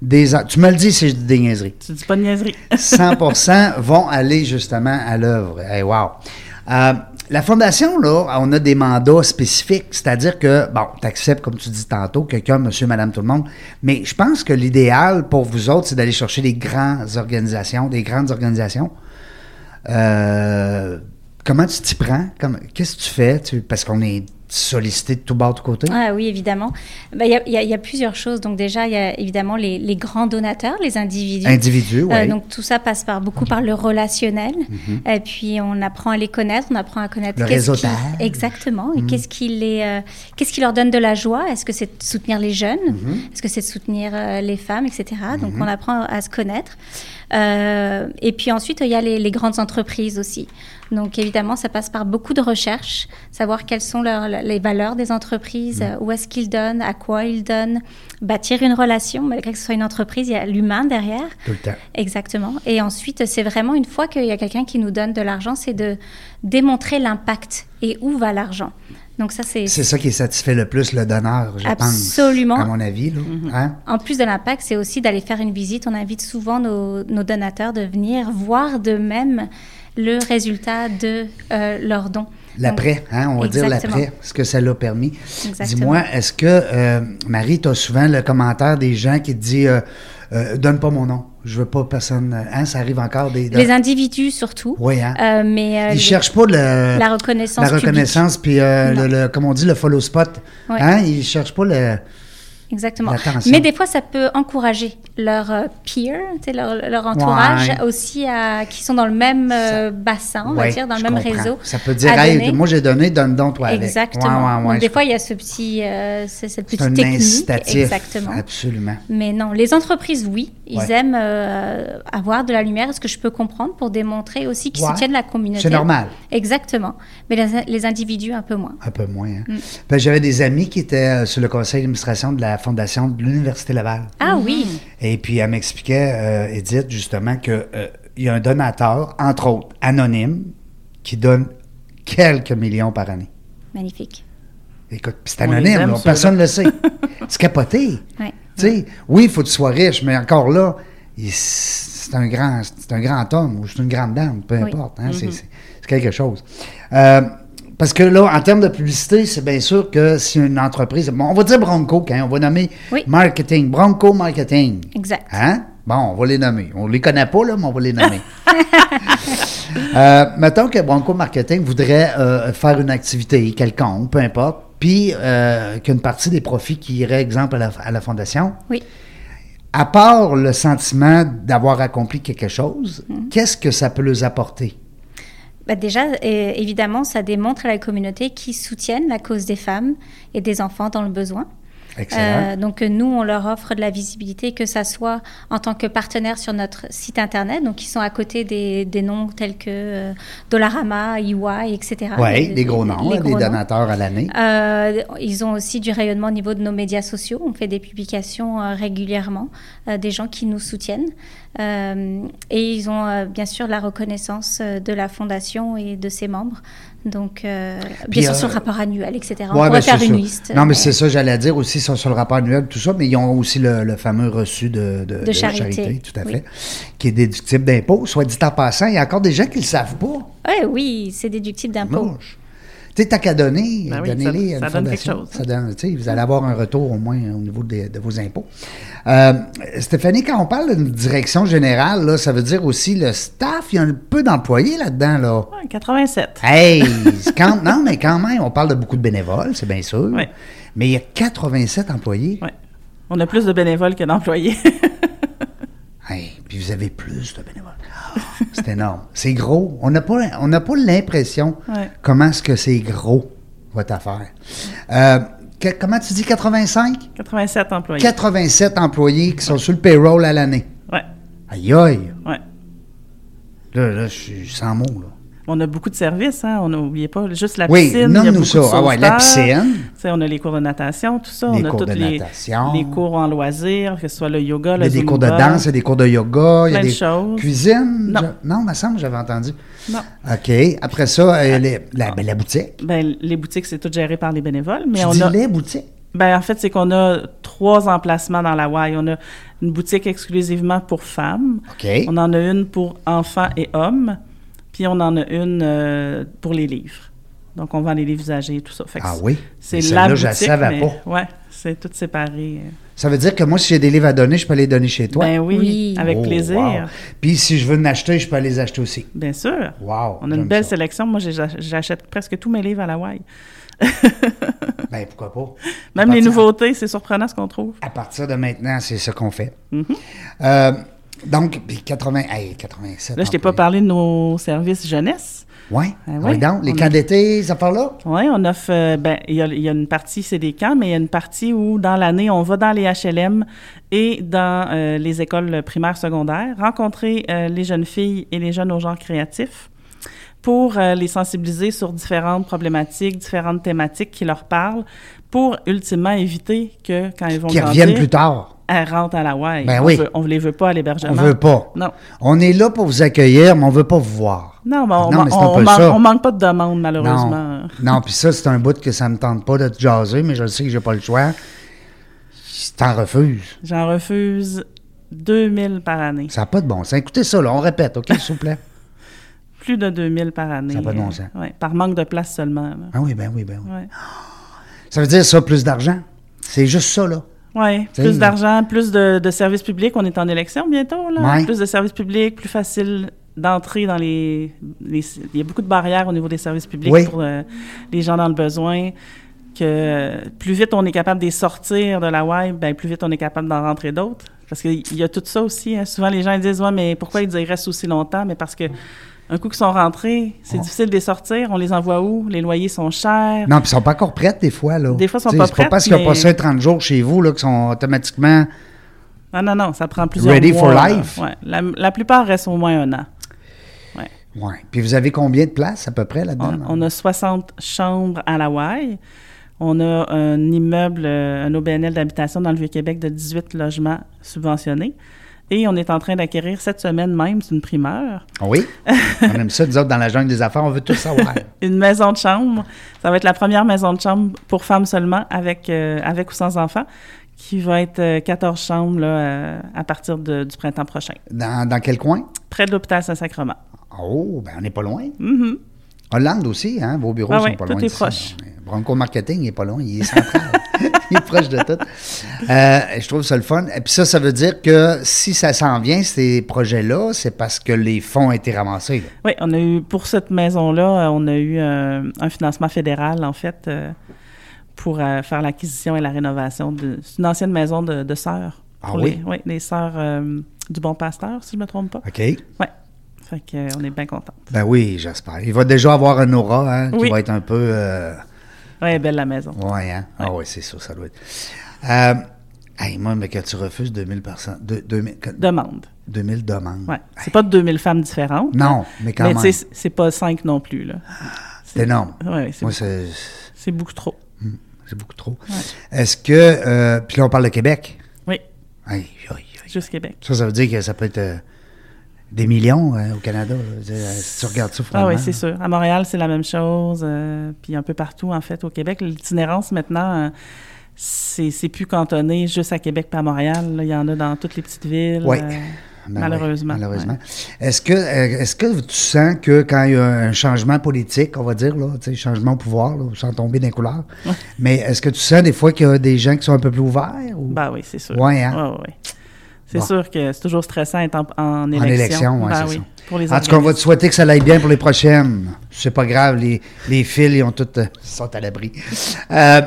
[SPEAKER 1] des. en- Tu me le dis si je dis des niaiseries.
[SPEAKER 2] Tu dis pas de niaiserie.
[SPEAKER 1] 100 vont aller justement à l'œuvre. Hey, wow. Euh, la fondation, là, on a des mandats spécifiques, c'est-à-dire que, bon, tu acceptes, comme tu dis tantôt, quelqu'un, monsieur, madame, tout le monde, mais je pense que l'idéal pour vous autres, c'est d'aller chercher des grandes organisations, des grandes organisations. Euh, comment tu t'y prends? Comme- Qu'est-ce que tu fais? Tu- parce qu'on est sollicité de tout bord, de tout côté.
[SPEAKER 3] Ah oui, évidemment. Ben, Il y, a- il y a- il y a plusieurs choses. Donc déjà, il y a évidemment les, les grands donateurs, les individus.
[SPEAKER 1] Individu, oui.
[SPEAKER 3] Euh, donc tout ça passe par beaucoup par le relationnel. Et puis on apprend à les connaître, on apprend à connaître
[SPEAKER 1] Le
[SPEAKER 3] qu'est-ce qui-
[SPEAKER 1] réseautage. Mm.
[SPEAKER 3] exactement et qu'est-ce qui les euh, qu'est-ce qui leur donne de la joie. Est-ce que c'est de soutenir les jeunes,
[SPEAKER 1] Mm-hmm.
[SPEAKER 3] est-ce que c'est de soutenir euh, les femmes, etc. Donc on apprend à se connaître. Euh, et puis ensuite il y a les, les grandes entreprises aussi. Donc évidemment ça passe par beaucoup de recherches, savoir quelles sont leurs- les valeurs des entreprises,
[SPEAKER 1] Mm.
[SPEAKER 3] euh, où est-ce qu'ils donnent, à quoi ils donnent, bâtir une relation malgré que ce soit une entreprise, il y a l'humain derrière.
[SPEAKER 1] tout le temps.
[SPEAKER 3] Exactement. Et ensuite, c'est vraiment une fois qu'il y a quelqu'un qui nous donne de l'argent, c'est de démontrer l'impact et où va l'argent. Donc ça, c'est
[SPEAKER 1] C'est ça qui satisfait le plus le donneur, je
[SPEAKER 3] Absolument.
[SPEAKER 1] pense. À mon avis, là. Hein?
[SPEAKER 3] en plus de l'impact, c'est aussi d'aller faire une visite. On invite souvent nos, nos donateurs de venir voir d'eux-mêmes le résultat de euh, leur don.
[SPEAKER 1] L'après, hein, on va dire
[SPEAKER 3] Exactement.
[SPEAKER 1] l'après, ce que ça l'a permis.
[SPEAKER 3] Exactement.
[SPEAKER 1] Dis-moi, est-ce que, euh, Marie, tu as souvent le commentaire des gens qui te disent euh, Euh, Donne pas mon nom, je veux pas personne. Hein, ça arrive encore des.
[SPEAKER 3] Les individus surtout.
[SPEAKER 1] Oui, hein.
[SPEAKER 3] Euh, mais euh,
[SPEAKER 1] Ils
[SPEAKER 3] les-
[SPEAKER 1] cherchent pas le-
[SPEAKER 3] la reconnaissance
[SPEAKER 1] La reconnaissance, puis, euh,
[SPEAKER 3] Non.
[SPEAKER 1] le, le- comme on dit, le follow spot.
[SPEAKER 3] Ouais.
[SPEAKER 1] Hein, ils cherchent pas le.
[SPEAKER 3] Exactement.
[SPEAKER 1] L'attention.
[SPEAKER 3] Mais des fois, ça peut encourager leur euh, peer, tu sais, leur, leur entourage
[SPEAKER 1] Ouais.
[SPEAKER 3] aussi, à, qui sont dans le même euh, bassin, on va
[SPEAKER 1] Ouais,
[SPEAKER 3] dire, dans le
[SPEAKER 1] je
[SPEAKER 3] même
[SPEAKER 1] comprends.
[SPEAKER 3] réseau.
[SPEAKER 1] Ça peut dire,
[SPEAKER 3] à
[SPEAKER 1] Hey,
[SPEAKER 3] donner.
[SPEAKER 1] moi j'ai donné, donne donc toi avec. Ouais,
[SPEAKER 3] Exactement.
[SPEAKER 1] ouais, ouais,
[SPEAKER 3] Donc,
[SPEAKER 1] je
[SPEAKER 3] des fois, il y a ce petit, euh, c'est cette
[SPEAKER 1] C'est
[SPEAKER 3] petite
[SPEAKER 1] un
[SPEAKER 3] technique.
[SPEAKER 1] incitatif.
[SPEAKER 3] Exactement.
[SPEAKER 1] Absolument.
[SPEAKER 3] Mais non, les entreprises, oui, ils
[SPEAKER 1] Ouais.
[SPEAKER 3] aiment euh, avoir de la lumière, ce que je peux comprendre, pour démontrer aussi qu'ils
[SPEAKER 1] Ouais.
[SPEAKER 3] soutiennent la communauté.
[SPEAKER 1] C'est normal.
[SPEAKER 3] Exactement. Mais les, les individus, un peu moins.
[SPEAKER 1] Un peu moins. hein. Parce que J'avais des amis qui étaient euh, sur le conseil d'administration de la fondation de l'Université Laval.
[SPEAKER 3] Ah oui,
[SPEAKER 1] Et puis, elle m'expliquait, euh, Edith, justement, que euh, il y a un donateur, entre autres anonyme, qui donne quelques millions par année.
[SPEAKER 3] magnifique.
[SPEAKER 1] Écoute, puis c'est
[SPEAKER 2] On les
[SPEAKER 1] anonyme,
[SPEAKER 2] aime,
[SPEAKER 1] là,
[SPEAKER 2] ceux-là.
[SPEAKER 1] personne ne le sait. c'est capoté.
[SPEAKER 3] Ouais.
[SPEAKER 1] Tu sais, oui, il faut que tu sois riche, mais encore là, il- c'est un, grand, c'est un grand homme ou c'est une grande dame, peu
[SPEAKER 3] Oui.
[SPEAKER 1] importe.
[SPEAKER 2] Mm-hmm.
[SPEAKER 1] hein, c'est- c'est- C'est quelque chose. Euh, parce que là, en termes de publicité, c'est bien sûr que si une entreprise. bon, on va dire Bronco, hein, on va nommer
[SPEAKER 3] Oui.
[SPEAKER 1] marketing. Bronco Marketing.
[SPEAKER 3] Exact.
[SPEAKER 1] Hein? Bon, on va les nommer. On les connaît pas, là, mais on va les nommer. Euh, mettons que Bronco Marketing voudrait euh, faire une activité quelconque, peu importe, puis euh, qu'une partie des profits qui irait, exemple, à la, à la fondation,
[SPEAKER 3] Oui.
[SPEAKER 1] à part
[SPEAKER 3] Mm-hmm.
[SPEAKER 1] le sentiment d'avoir accompli quelque chose, qu'est-ce que ça peut leur apporter?
[SPEAKER 3] Bah déjà, et- évidemment, ça démontre à la communauté qu'ils soutiennent la cause des femmes et des enfants dans le besoin.
[SPEAKER 1] Excellent.
[SPEAKER 3] Euh, donc euh, nous, on leur offre de la visibilité, que ça soit en tant que partenaire sur notre site internet, donc ils sont à côté des, des noms tels que euh, Dollarama, EY, etc.
[SPEAKER 1] oui,
[SPEAKER 3] Les-
[SPEAKER 1] des gros
[SPEAKER 3] les-
[SPEAKER 1] noms,
[SPEAKER 3] les
[SPEAKER 1] hein,
[SPEAKER 3] gros
[SPEAKER 1] des
[SPEAKER 3] noms.
[SPEAKER 1] donateurs à l'année.
[SPEAKER 3] Euh, ils ont aussi du rayonnement au niveau de nos médias sociaux. On fait des publications euh, régulièrement, euh, des gens qui nous soutiennent. Euh, et ils ont euh, bien sûr la reconnaissance euh, de la fondation et de ses membres. Donc, euh,
[SPEAKER 1] Puis,
[SPEAKER 3] bien
[SPEAKER 1] euh,
[SPEAKER 3] sûr, sur le rapport annuel, etc.
[SPEAKER 1] Ouais,
[SPEAKER 3] On
[SPEAKER 1] ben,
[SPEAKER 3] pourrait faire
[SPEAKER 1] c'est
[SPEAKER 3] une
[SPEAKER 1] ça.
[SPEAKER 3] liste.
[SPEAKER 1] Non, mais
[SPEAKER 3] mais-
[SPEAKER 1] c'est ça, j'allais dire aussi sur, sur le rapport annuel, tout ça, mais ils ont aussi le, le fameux reçu de, de,
[SPEAKER 3] De charité.
[SPEAKER 1] tout à
[SPEAKER 3] Oui.
[SPEAKER 1] fait, qui est déductible d'impôt. Soit dit en passant, il y a encore des gens qui ne le savent pas.
[SPEAKER 3] Ouais, oui, c'est déductible d'impôt.
[SPEAKER 1] Moche. Tu sais, t'as qu'à donner,
[SPEAKER 2] Ben oui,
[SPEAKER 1] donnez-les
[SPEAKER 2] ça-
[SPEAKER 1] à une
[SPEAKER 2] ça donne quelque
[SPEAKER 1] fondation.
[SPEAKER 2] chose.
[SPEAKER 1] Ça donne- tu sais, vous allez avoir un retour au moins hein, au niveau des- de vos impôts. Euh, Stéphanie, quand on parle d'une direction générale, là, ça veut dire aussi le staff, il y a un peu d'employés là-dedans, là.
[SPEAKER 2] Ouais, 87.
[SPEAKER 1] Hey! c'est quand- non, mais quand même, on parle de beaucoup de bénévoles, c'est bien sûr.
[SPEAKER 2] Ouais.
[SPEAKER 1] Mais il y a 87 employés.
[SPEAKER 2] Ouais. On a plus de bénévoles que d'employés.
[SPEAKER 1] Hey, puis vous avez plus de bénévoles. Ah, c'est énorme. C'est gros. On n'a pas, on n'a pas l'impression
[SPEAKER 2] Ouais.
[SPEAKER 1] comment est-ce que c'est gros, votre affaire. Euh, que- comment tu dis 85?
[SPEAKER 2] 87 employés.
[SPEAKER 1] 87 employés qui sont sur le payroll à l'année.
[SPEAKER 2] Ouais,
[SPEAKER 1] Aïe aïe!
[SPEAKER 2] ouais.
[SPEAKER 1] Là, là, je suis sans mots, là.
[SPEAKER 2] On a beaucoup de services, hein. On n'oubliez pas juste la
[SPEAKER 1] Oui,
[SPEAKER 2] piscine. il y a
[SPEAKER 1] nomme-nous
[SPEAKER 2] beaucoup
[SPEAKER 1] ça.
[SPEAKER 2] de
[SPEAKER 1] Ah ouais, la
[SPEAKER 2] sauveteurs.
[SPEAKER 1] piscine.
[SPEAKER 2] Tu sais, on a les cours de natation, tout ça.
[SPEAKER 1] Les
[SPEAKER 2] on a
[SPEAKER 1] cours
[SPEAKER 2] tous
[SPEAKER 1] de
[SPEAKER 2] les,
[SPEAKER 1] natation.
[SPEAKER 2] les cours en loisirs, que ce soit le yoga,
[SPEAKER 1] Il y a
[SPEAKER 2] le
[SPEAKER 1] des
[SPEAKER 2] zumba.
[SPEAKER 1] cours de danse, il y a des cours de yoga, il y a
[SPEAKER 2] Plein de
[SPEAKER 1] des
[SPEAKER 2] choses.
[SPEAKER 1] cuisine.
[SPEAKER 2] Non.
[SPEAKER 1] Je- non, il me semble que j'avais entendu.
[SPEAKER 2] Non.
[SPEAKER 1] OK. Après ça,
[SPEAKER 2] Ah.
[SPEAKER 1] euh, les- la, ben, la boutique.
[SPEAKER 2] Ben, les boutiques, c'est tout géré par les bénévoles, mais
[SPEAKER 1] Tu
[SPEAKER 2] on
[SPEAKER 1] dis
[SPEAKER 2] a.
[SPEAKER 1] les boutiques.
[SPEAKER 2] Ben, en fait, c'est qu'on a trois emplacements dans la Y. On a une boutique exclusivement pour femmes.
[SPEAKER 1] OK.
[SPEAKER 2] On en a une pour enfants et hommes. Puis on en a une euh, pour les livres. Donc, on vend les livres usagés et tout ça. Fait que
[SPEAKER 1] Ah
[SPEAKER 2] c'est-
[SPEAKER 1] oui? Mais
[SPEAKER 2] C'est la
[SPEAKER 1] celle-là, je
[SPEAKER 2] boutique,
[SPEAKER 1] la savais
[SPEAKER 2] mais,
[SPEAKER 1] pas.
[SPEAKER 2] Ouais, c'est tout séparé.
[SPEAKER 1] Ça veut dire que moi, si j'ai des livres à donner, je peux les donner chez toi.
[SPEAKER 2] Ben oui,
[SPEAKER 3] Oui.
[SPEAKER 2] avec
[SPEAKER 1] Oh,
[SPEAKER 2] plaisir.
[SPEAKER 1] wow. Puis si je veux en acheter, je peux les acheter aussi.
[SPEAKER 2] Bien sûr.
[SPEAKER 1] Wow,
[SPEAKER 2] On a
[SPEAKER 1] j'aime
[SPEAKER 2] une belle
[SPEAKER 1] ça.
[SPEAKER 2] sélection. Moi, j'ai- j'achète presque tous mes livres à la Y.
[SPEAKER 1] Ben pourquoi pas?
[SPEAKER 2] Même
[SPEAKER 1] À
[SPEAKER 2] les
[SPEAKER 1] partir-
[SPEAKER 2] nouveautés, c'est surprenant ce qu'on trouve.
[SPEAKER 1] À partir de maintenant, c'est ce qu'on fait.
[SPEAKER 2] Mm-hmm.
[SPEAKER 1] Euh, donc, puis 80, hey, 87.
[SPEAKER 2] Là, je t'ai pas parlé de nos services jeunesse.
[SPEAKER 1] Oui,
[SPEAKER 2] Ben oui,
[SPEAKER 1] les
[SPEAKER 2] on
[SPEAKER 1] camps
[SPEAKER 2] a-
[SPEAKER 1] d'été, ces affaires-là?
[SPEAKER 2] Oui, on offre. euh, ben, il y, a- il y a une partie, c'est des camps, mais il y a une partie où, dans l'année, on va dans les HLM et dans euh, les écoles primaires, secondaires, rencontrer euh, les jeunes filles et les jeunes au genre créatif pour euh, les sensibiliser sur différentes problématiques, différentes thématiques qui leur parlent, pour ultimement éviter que, quand ils vont
[SPEAKER 1] Qui
[SPEAKER 2] grandir,
[SPEAKER 1] reviennent plus tard.
[SPEAKER 2] elles rentrent à la WAI.
[SPEAKER 1] Ben
[SPEAKER 2] on
[SPEAKER 1] oui.
[SPEAKER 2] veut- on les veut pas à l'hébergement.
[SPEAKER 1] On veut pas.
[SPEAKER 2] Non.
[SPEAKER 1] On est là pour vous accueillir, mais on veut pas vous voir.
[SPEAKER 2] Non, mais on,
[SPEAKER 1] Non, mais c'est un
[SPEAKER 2] on
[SPEAKER 1] peu
[SPEAKER 2] man-
[SPEAKER 1] ça.
[SPEAKER 2] on manque pas de demande, malheureusement.
[SPEAKER 1] Non, non puis ça, c'est un bout que ça me tente pas de te jaser, mais je le sais que j'ai pas le choix. Je t'en refuse.
[SPEAKER 2] J'en refuse 2000 par année.
[SPEAKER 1] Ça n'a pas de bon sens. Écoutez ça, là, on répète, OK, s'il vous plaît.
[SPEAKER 2] Plus de 2000 par année.
[SPEAKER 1] Ça a pas de bon sens.
[SPEAKER 2] Euh, ouais, par manque de place seulement. là.
[SPEAKER 1] Ah oui, ben oui, ben oui.
[SPEAKER 2] Ouais.
[SPEAKER 1] Ça veut dire ça, plus d'argent. C'est juste ça, là.
[SPEAKER 2] Ouais,
[SPEAKER 1] T'sais,
[SPEAKER 2] plus d'argent, plus de, de services publics. On est en élection bientôt. Là.
[SPEAKER 1] Ouais.
[SPEAKER 2] Plus de services publics, plus facile d'entrer dans les, les- Il y a beaucoup de barrières au niveau des services publics
[SPEAKER 1] Oui.
[SPEAKER 2] pour euh, les gens dans le besoin. Que plus vite on est capable de les sortir de la web, ben, plus vite on est capable d'en rentrer d'autres. Parce qu'il y a tout ça aussi. hein. Souvent, les gens ils disent Ouais, mais pourquoi ils y restent aussi longtemps Mais parce que. Un coup qu'ils sont rentrés, c'est difficile de les sortir. On les envoie où? Les loyers sont chers.
[SPEAKER 1] Non, puis ils sont pas encore prêtes, des fois, là.
[SPEAKER 2] Des fois, ils sont
[SPEAKER 1] T'sais,
[SPEAKER 2] pas
[SPEAKER 1] c'est pas
[SPEAKER 2] prêtes,
[SPEAKER 1] parce qu'ils ont
[SPEAKER 2] mais-
[SPEAKER 1] passé 30 jours chez vous, là, qu'ils sont automatiquement.
[SPEAKER 2] Non, non, non, ça prend plusieurs
[SPEAKER 1] Ready for
[SPEAKER 2] mois. là.
[SPEAKER 1] life.
[SPEAKER 2] Ouais, la, la plupart restent au moins un an.
[SPEAKER 1] Ouais. Puis vous avez combien de places, à peu près, là-dedans?
[SPEAKER 2] On,
[SPEAKER 1] là?
[SPEAKER 2] on a 60 chambres à la Hawaï. On a un immeuble, euh, un OBNL d'habitation dans le Vieux-Québec de 18 logements subventionnés. Et on est en train d'acquérir cette semaine même, c'est une primeur,
[SPEAKER 1] Ah Oui. on aime ça, nous autres, dans la jungle des affaires, on veut tout savoir.
[SPEAKER 2] une maison de chambre. Ça va être la première maison de chambre pour femmes seulement, avec, euh, avec ou sans enfants, qui va être euh, 14 chambres là, euh, à partir de- du printemps prochain,
[SPEAKER 1] dans, dans quel coin?
[SPEAKER 2] près de l'hôpital Saint-Sacrement.
[SPEAKER 1] Oh, ben on n'est pas loin.
[SPEAKER 2] Mhm.
[SPEAKER 1] Hollande aussi, hein? Vos bureaux
[SPEAKER 2] Ah
[SPEAKER 1] sont
[SPEAKER 2] ouais,
[SPEAKER 1] pas
[SPEAKER 2] tout
[SPEAKER 1] loin.
[SPEAKER 2] est
[SPEAKER 1] d'ici,
[SPEAKER 2] proche.
[SPEAKER 1] non, mais Bronco Marketing, il est pas loin, il est central. il est proche de tout. Euh, je trouve ça le fun. Et puis ça, ça veut dire que si ça s'en vient, ces projets-là, c'est parce que les fonds ont été ramassés. là.
[SPEAKER 2] Oui, on a eu pour cette maison-là, euh, on a eu euh, un financement fédéral en fait euh, pour euh, faire l'acquisition et la rénovation de c'est une ancienne maison de, de sœurs.
[SPEAKER 1] Ah
[SPEAKER 2] Pour
[SPEAKER 1] oui?
[SPEAKER 2] Les, oui, les sœurs euh, du Bon Pasteur, si je ne me trompe pas.
[SPEAKER 1] OK?
[SPEAKER 2] Oui. Fait qu'on est bien contente.
[SPEAKER 1] Ben oui, j'espère. Il va déjà avoir un aura hein, qui
[SPEAKER 2] Oui.
[SPEAKER 1] va être un peu. euh,
[SPEAKER 2] Ouais, belle la maison.
[SPEAKER 1] ouais, hein? Ah ouais, c'est ça, ça doit être. Euh, hey, moi, mais que tu refuses 2000 personnes. deux- 2000, que-
[SPEAKER 2] Demande.
[SPEAKER 1] 2000 demandes.
[SPEAKER 2] Ouais. C'est pas 2000 femmes différentes.
[SPEAKER 1] Mm. Non, mais quand
[SPEAKER 2] mais tu sais,
[SPEAKER 1] même.
[SPEAKER 2] c'est- c'est pas 5 non plus, là.
[SPEAKER 1] C'est énorme.
[SPEAKER 2] Ouais, c'est
[SPEAKER 1] Moi, c'est
[SPEAKER 2] c'est beaucoup trop.
[SPEAKER 1] c'est beaucoup trop. Est-ce que. euh, puis là, on parle de Québec.
[SPEAKER 2] Oui,
[SPEAKER 1] Aïe, aïe, aïe.
[SPEAKER 2] juste Québec.
[SPEAKER 1] Ça, ça veut dire que ça peut être euh, des millions hein, au Canada. là. Je veux dire, euh, si tu regardes ça,
[SPEAKER 2] Ah
[SPEAKER 1] franchement.
[SPEAKER 2] oui, c'est sûr. À Montréal, c'est la même chose. euh, puis un peu partout, en fait, au Québec. L'itinérance, maintenant, euh, c'est c'est plus cantonné juste à Québec pas à Montréal. là. Il y en a dans toutes les petites villes.
[SPEAKER 1] Oui.
[SPEAKER 2] euh,
[SPEAKER 1] Ben
[SPEAKER 2] malheureusement.
[SPEAKER 1] oui, malheureusement. Est-ce que, euh, est-ce que tu sens que quand il y a un changement politique, on va dire, là, tu sais, changement au pouvoir, là, sans tomber dans les couleurs, mais est-ce que tu sens des fois qu'il y a des gens qui sont un peu plus ouverts? Ou...
[SPEAKER 2] Ben oui, c'est sûr.
[SPEAKER 1] Ouais, hein?
[SPEAKER 2] Ouais, ouais, ouais. C'est
[SPEAKER 1] Bon.
[SPEAKER 2] sûr que c'est toujours stressant être en, en
[SPEAKER 1] en
[SPEAKER 2] élection.
[SPEAKER 1] élection, ouais,
[SPEAKER 2] Ben
[SPEAKER 1] c'est
[SPEAKER 2] oui,
[SPEAKER 1] ça.
[SPEAKER 2] Pour les
[SPEAKER 1] en tout cas, on va te
[SPEAKER 2] organismes.
[SPEAKER 1] souhaiter que ça aille bien pour les prochaines. C'est pas grave, les, les fils, ils ont toutes, euh, sont à l'abri. Euh,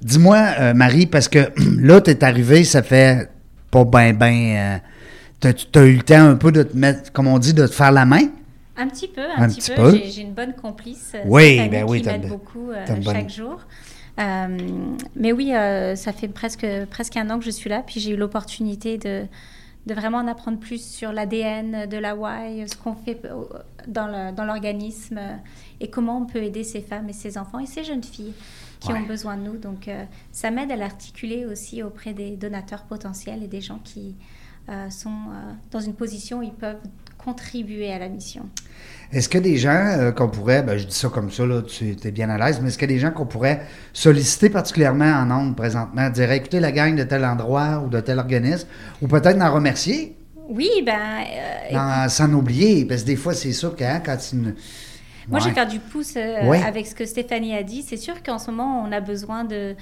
[SPEAKER 1] Dis-moi, euh, Marie, parce que là, t'es arrivée, ça fait pas ben, ben. tu t'as eu le temps un peu de te mettre, comme on dit, de te faire la main.
[SPEAKER 3] Un petit peu, un,
[SPEAKER 1] Un
[SPEAKER 3] petit,
[SPEAKER 1] petit
[SPEAKER 3] peu.
[SPEAKER 1] peu.
[SPEAKER 3] J'ai- J'ai une bonne complice. euh,
[SPEAKER 1] Oui,
[SPEAKER 3] cette année
[SPEAKER 1] ben oui,
[SPEAKER 3] qui
[SPEAKER 1] t'as
[SPEAKER 3] m'aide
[SPEAKER 1] une-
[SPEAKER 3] beaucoup euh,
[SPEAKER 1] t'as une bonne-
[SPEAKER 3] chaque jour. Euh, mais oui, euh, ça fait presque, presque un an que je suis là, puis j'ai eu l'opportunité de, de vraiment en apprendre plus sur l'ADN de l'Hawaï, ce qu'on fait euh, dans le- dans l'organisme euh, et comment on peut aider ces femmes et ces enfants et ces jeunes filles qui
[SPEAKER 1] Ouais.
[SPEAKER 3] ont besoin de nous. Donc euh, ça m'aide à l'articuler aussi auprès des donateurs potentiels et des gens qui euh, sont euh, dans une position où ils peuvent contribuer à la mission.
[SPEAKER 1] Est-ce que des gens euh, qu'on pourrait, ben, je dis ça comme ça, là, tu es bien à l'aise, mais est-ce que des gens qu'on pourrait solliciter particulièrement en ondes présentement, dire écoutez la gang de tel endroit ou de tel organisme, ou peut-être en remercier,
[SPEAKER 3] Oui, ben, euh,
[SPEAKER 1] n'en- sans oublier, parce que des fois c'est sûr que hein, quand tu. ne-
[SPEAKER 3] moi je
[SPEAKER 1] Ouais.
[SPEAKER 3] vais faire du pouce euh,
[SPEAKER 1] Ouais.
[SPEAKER 3] avec ce que Stéphanie a dit. C'est sûr qu'en ce moment, on a besoin de,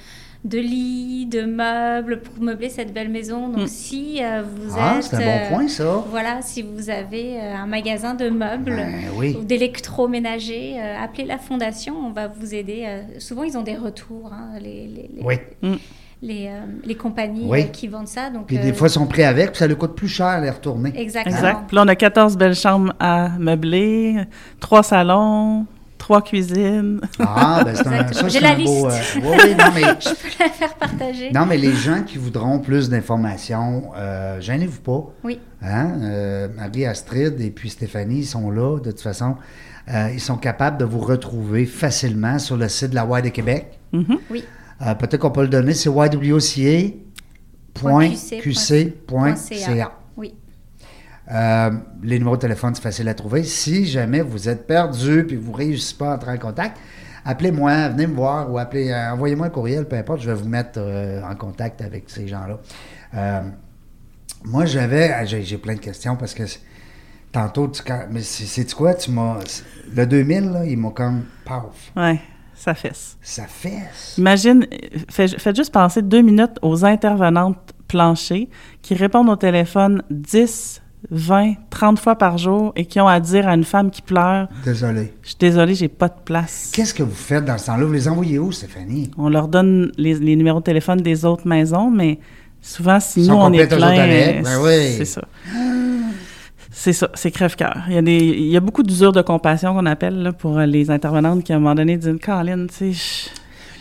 [SPEAKER 3] de lits, de meubles pour meubler cette belle maison. Donc si euh, vous
[SPEAKER 1] Hmm. Ah,
[SPEAKER 3] êtes...
[SPEAKER 1] c'est un bon
[SPEAKER 3] euh,
[SPEAKER 1] point ça.
[SPEAKER 3] Voilà, si vous avez euh, un magasin de meubles
[SPEAKER 1] Ben oui.
[SPEAKER 3] ou d'électroménager, euh, appelez la fondation, on va vous aider. Euh, souvent, ils ont des retours, hein, les, les, les,
[SPEAKER 1] Oui.
[SPEAKER 3] les, euh, les compagnies
[SPEAKER 1] Oui.
[SPEAKER 3] euh, qui vendent ça. Donc,
[SPEAKER 1] Puis
[SPEAKER 3] euh,
[SPEAKER 1] des fois ils sont pris avec, puis ça leur coûte plus cher à les retourner.
[SPEAKER 3] exactement.
[SPEAKER 1] Ah.
[SPEAKER 2] Exact. Puis là, on a 14 belles chambres à meubler, trois salons, trois cuisines.
[SPEAKER 1] Ah, ben c'est un,
[SPEAKER 3] Exactement.
[SPEAKER 1] ça,
[SPEAKER 3] J'ai
[SPEAKER 1] c'est
[SPEAKER 3] la
[SPEAKER 1] un beau.
[SPEAKER 3] liste.
[SPEAKER 1] euh, oui, oui, non, mais
[SPEAKER 3] À faire partager.
[SPEAKER 1] Non, mais les gens qui voudront plus d'informations, euh, gênez-vous pas.
[SPEAKER 3] Oui.
[SPEAKER 1] Hein? Euh, Marie Astrid et puis Stéphanie, ils sont là, de toute façon. Euh, ils sont capables de vous retrouver facilement sur le site de la Y de Québec.
[SPEAKER 2] Mhm.
[SPEAKER 3] Oui.
[SPEAKER 1] Euh, Peut-être qu'on peut le donner, c'est ywca.qc.ca.
[SPEAKER 3] Oui.
[SPEAKER 1] Euh, les numéros de téléphone, c'est facile à trouver. Si jamais vous êtes perdu puis vous ne réussissez pas à entrer en contact, appelez-moi, venez me voir ou appelez, euh, envoyez-moi un courriel, peu importe, je vais vous mettre euh, en contact avec ces gens-là. Euh, moi, j'avais. ah, J'ai, j'ai plein de questions parce que c'est- tantôt, tu, quand- mais c'est, c'est-tu quoi? Tu m'as. Le 2000, là, ils m'ont comme. Paf!
[SPEAKER 2] Ouais, ça fesse.
[SPEAKER 1] Ça fesse!
[SPEAKER 2] Imagine, euh, fait- faites juste penser deux minutes aux intervenantes planchées qui répondent au téléphone 10, 20, 30 fois par jour et qui ont à dire à une femme qui pleure
[SPEAKER 1] Désolé.
[SPEAKER 2] Je suis désolée, j'ai pas de place.
[SPEAKER 1] Qu'est-ce que vous faites dans ce temps-là? Vous les envoyez où, Stéphanie?
[SPEAKER 2] On leur donne les, les numéros de téléphone des autres maisons, mais souvent, si
[SPEAKER 1] Ils
[SPEAKER 2] nous,
[SPEAKER 1] sont
[SPEAKER 2] on est
[SPEAKER 1] complètement
[SPEAKER 2] plein,
[SPEAKER 1] avec,
[SPEAKER 2] euh,
[SPEAKER 1] ben oui.
[SPEAKER 2] c'est ça. C'est ça, c'est crève-cœur. Il, y a des- il y a beaucoup d'usure de compassion qu'on appelle là, pour euh, les intervenantes qui, à un moment donné, disent « Caroline, tu sais,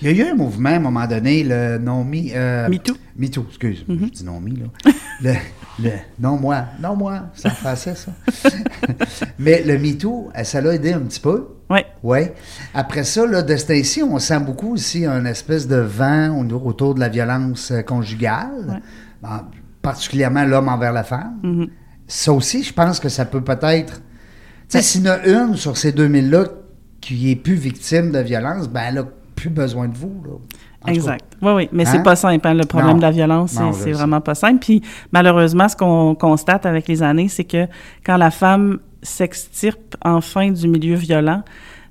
[SPEAKER 1] Il y a eu un mouvement à un moment donné, le non-mi. Euh,
[SPEAKER 2] MeToo.
[SPEAKER 1] MeToo, excuse. Je dis non-mi, là. le, le non-moi. Non-moi, c'est en français, ça. Mais le MeToo, euh, ça l'a aidé un petit peu.
[SPEAKER 2] je- ouais,
[SPEAKER 1] Oui. Après ça, là, de ce temps-ci, on sent beaucoup aussi un espèce de vent au- autour de la violence euh, conjugale, Ben, particulièrement l'homme envers la femme.
[SPEAKER 2] Mm-hmm.
[SPEAKER 1] Ça aussi, je pense que ça peut peut-être.
[SPEAKER 2] Ben
[SPEAKER 1] Tu sais, s'il y en a une sur ces 2000-là qui est plus victime de violence, ben elle a plus besoin de vous. là. En tout cas,
[SPEAKER 2] Exact. Oui, oui, mais
[SPEAKER 1] Hein?
[SPEAKER 2] c'est pas simple. hein, Le problème
[SPEAKER 1] Non.
[SPEAKER 2] de la violence,
[SPEAKER 1] Non,
[SPEAKER 2] c'est-
[SPEAKER 1] je
[SPEAKER 2] c'est
[SPEAKER 1] le sais.
[SPEAKER 2] vraiment pas simple. Puis malheureusement, ce qu'on constate avec les années, c'est que quand la femme s'extirpe enfin du milieu violent,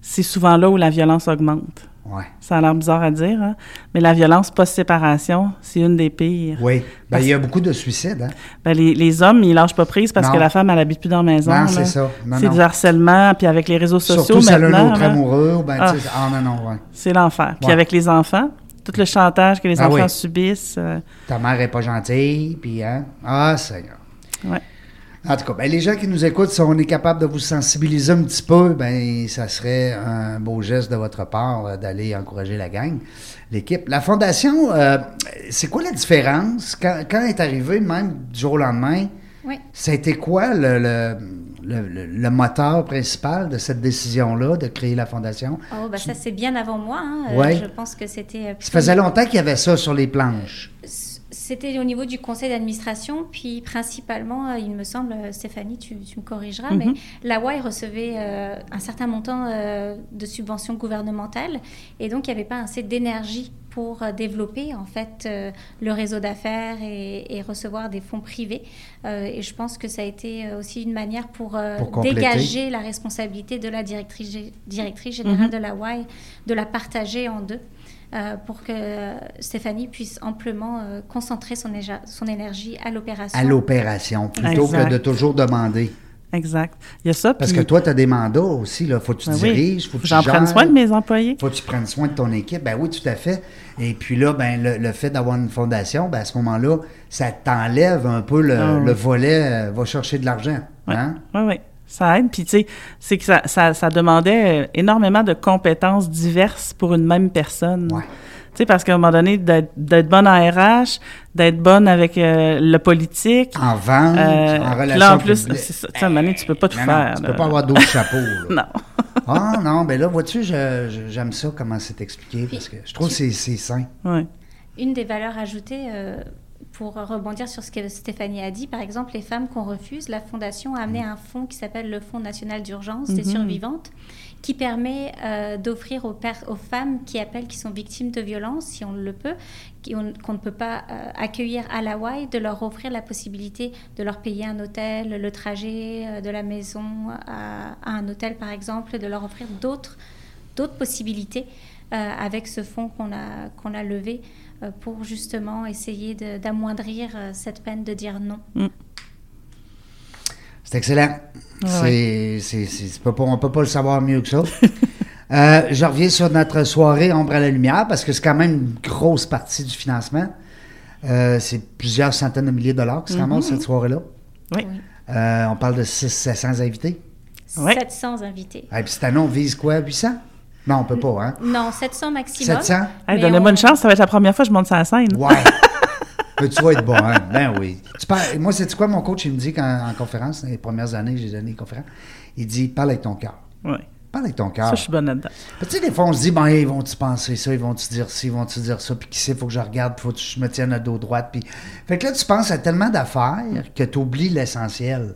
[SPEAKER 2] c'est souvent là où la violence augmente.
[SPEAKER 1] Ouais.
[SPEAKER 2] Ça a l'air bizarre à dire, hein, mais la violence post-séparation, c'est une des pires.
[SPEAKER 1] Oui. Ben, il y a beaucoup de suicides. Hein?
[SPEAKER 2] Ben, les, les hommes, ils lâchent pas prise parce
[SPEAKER 1] Non.
[SPEAKER 2] que la femme, elle habite plus dans la maison.
[SPEAKER 1] Non,
[SPEAKER 2] là.
[SPEAKER 1] c'est ça. Non,
[SPEAKER 2] C'est
[SPEAKER 1] non.
[SPEAKER 2] du harcèlement, puis avec les réseaux sociaux
[SPEAKER 1] Surtout si elle a un
[SPEAKER 2] maintenant,
[SPEAKER 1] autre
[SPEAKER 2] là,
[SPEAKER 1] amoureux. Ben,
[SPEAKER 2] Ah.
[SPEAKER 1] tu sais, ah non, non, ouais.
[SPEAKER 2] c'est l'enfer. Puis
[SPEAKER 1] Ouais.
[SPEAKER 2] avec les enfants, tout le chantage que les
[SPEAKER 1] Ah
[SPEAKER 2] enfants
[SPEAKER 1] oui.
[SPEAKER 2] subissent. euh,
[SPEAKER 1] Ta mère est pas gentille, puis hein. Ah, Seigneur.
[SPEAKER 2] ouais.
[SPEAKER 1] En tout cas, ben, les gens qui nous écoutent, si on est capable de vous sensibiliser un petit peu, ben, ça serait un beau geste de votre part euh, d'aller encourager la gang, l'équipe. La fondation, euh, c'est quoi la différence? Quand, quand est arrivé, même du jour au lendemain,
[SPEAKER 3] Oui.
[SPEAKER 1] c'était quoi le, le, le- le- le moteur principal de cette décision-là de créer la fondation?
[SPEAKER 3] Oh, bah, ça, c'est bien avant moi. hein. Euh,
[SPEAKER 1] Ouais.
[SPEAKER 3] Je pense que c'était. euh,
[SPEAKER 1] Ça faisait longtemps qu'il y avait ça sur les planches.
[SPEAKER 3] C'était au niveau du conseil d'administration, puis principalement, euh, il me semble, euh, Stéphanie, tu, tu me corrigeras,
[SPEAKER 2] Mhm.
[SPEAKER 3] mais l'Hawaï recevait euh, un certain montant euh, de subventions gouvernementales, et donc il n'y avait pas assez d'énergie pour euh, développer en fait euh, le réseau d'affaires et, et recevoir des fonds privés. Euh, et je pense que ça a été euh, aussi une manière pour, euh,
[SPEAKER 1] Pour compléter.
[SPEAKER 3] dégager la responsabilité de la directrice, gé- directrice générale de l'Hawaï, de la partager en deux euh, pour que euh, Stéphanie puisse amplement euh, concentrer son, éja- son énergie à l'opération.
[SPEAKER 1] À l'opération, plutôt que
[SPEAKER 2] Exact.
[SPEAKER 1] de toujours demander.
[SPEAKER 2] Exact. Il y a ça.
[SPEAKER 1] Parce que
[SPEAKER 2] puis-
[SPEAKER 1] toi, tu as des mandats aussi, là. Faut que tu
[SPEAKER 2] Ben oui.
[SPEAKER 1] diriges, faut que tu
[SPEAKER 2] J'en prenne
[SPEAKER 1] gères.
[SPEAKER 2] soin de mes employés.
[SPEAKER 1] Faut que tu prennes soin de ton équipe. Ben oui, tout à fait. Et puis là, ben, le, le fait d'avoir une fondation, ben, à ce moment-là, ça t'enlève un peu le,
[SPEAKER 2] Ah oui.
[SPEAKER 1] le volet euh, va chercher de l'argent.
[SPEAKER 2] Oui,
[SPEAKER 1] Hein?
[SPEAKER 2] oui, oui. Ça aide. Puis, tu sais, c'est que ça, ça, ça demandait euh, énormément de compétences diverses pour une même personne.
[SPEAKER 1] Ouais.
[SPEAKER 2] Tu sais, parce qu'à un moment donné, d'être d'être bonne en RH, d'être bonne avec euh, le politique.
[SPEAKER 1] En vente,
[SPEAKER 2] euh,
[SPEAKER 1] en
[SPEAKER 2] puis
[SPEAKER 1] relation.
[SPEAKER 2] là, en plus,
[SPEAKER 1] publique.
[SPEAKER 2] c'est ça, tu sais, à un moment donné, tu peux pas tout
[SPEAKER 1] Non, non,
[SPEAKER 2] faire.
[SPEAKER 1] tu
[SPEAKER 2] là.
[SPEAKER 1] peux pas avoir d'autres chapeaux. là.
[SPEAKER 2] Non.
[SPEAKER 1] Ah non, ben là, vois-tu, je- je- j'aime ça comment c'est expliqué parce que je trouve que c'est c'est sain.
[SPEAKER 2] Oui.
[SPEAKER 3] Une des valeurs ajoutées, euh, pour rebondir sur ce que Stéphanie a dit, par exemple, les femmes qu'on refuse, la Fondation a amené un fonds qui s'appelle le Fonds national d'urgence des survivantes, qui permet euh, d'offrir aux, per- aux femmes qui appellent, qui sont victimes de violences, si on le peut, qui- on- qu'on ne peut pas euh, accueillir à l'Hawaï, de leur offrir la possibilité de leur payer un hôtel, le trajet euh, de la maison à, à un hôtel, par exemple, de leur offrir d'autres d'autres possibilités euh, avec ce fonds qu'on a, qu'on a levé euh, pour justement essayer de- d'amoindrir euh, cette peine de dire non.
[SPEAKER 1] C'est excellent.
[SPEAKER 2] Ouais,
[SPEAKER 1] C'est- c'est- c'est- c'est pas pour- on peut pas le savoir mieux que ça. Euh, je reviens sur notre soirée Ombre à la lumière parce que c'est quand même une grosse partie du financement. Euh, c'est plusieurs centaines de milliers de dollars qui se ramassent cette soirée-là.
[SPEAKER 2] Oui.
[SPEAKER 1] Euh, on parle de 600-700 invités.
[SPEAKER 2] Ouais.
[SPEAKER 3] 700 invités.
[SPEAKER 1] Et puis cette année, on vise quoi? 800? Non, on peut pas, hein?
[SPEAKER 3] Non, 700 maximum.
[SPEAKER 1] 700?
[SPEAKER 2] Hey,
[SPEAKER 3] Mais
[SPEAKER 2] Donnez-moi
[SPEAKER 3] on-
[SPEAKER 2] une chance, ça va être la première fois que je monte sur la scène.
[SPEAKER 1] Ouais. Mais tu vas être bon, hein? Ben oui. Tu parles- moi, c'est quoi mon coach? Il me dit qu'en en conférence, dans les premières années, j'ai donné des conférences, il dit parle avec ton cœur.
[SPEAKER 2] Ouais.
[SPEAKER 1] Parle avec ton cœur.
[SPEAKER 2] Ça, je suis bonne là-dedans.
[SPEAKER 1] Puis, tu sais, des fois, on se dit, ben, ils vont-tu penser ça, ils vont-tu dire ci, ils vont-tu dire ça, puis qui sait, faut que je regarde, faut que je me tienne à dos droite. Puis... Fait que là, tu penses à tellement d'affaires que tu oublies l'essentiel.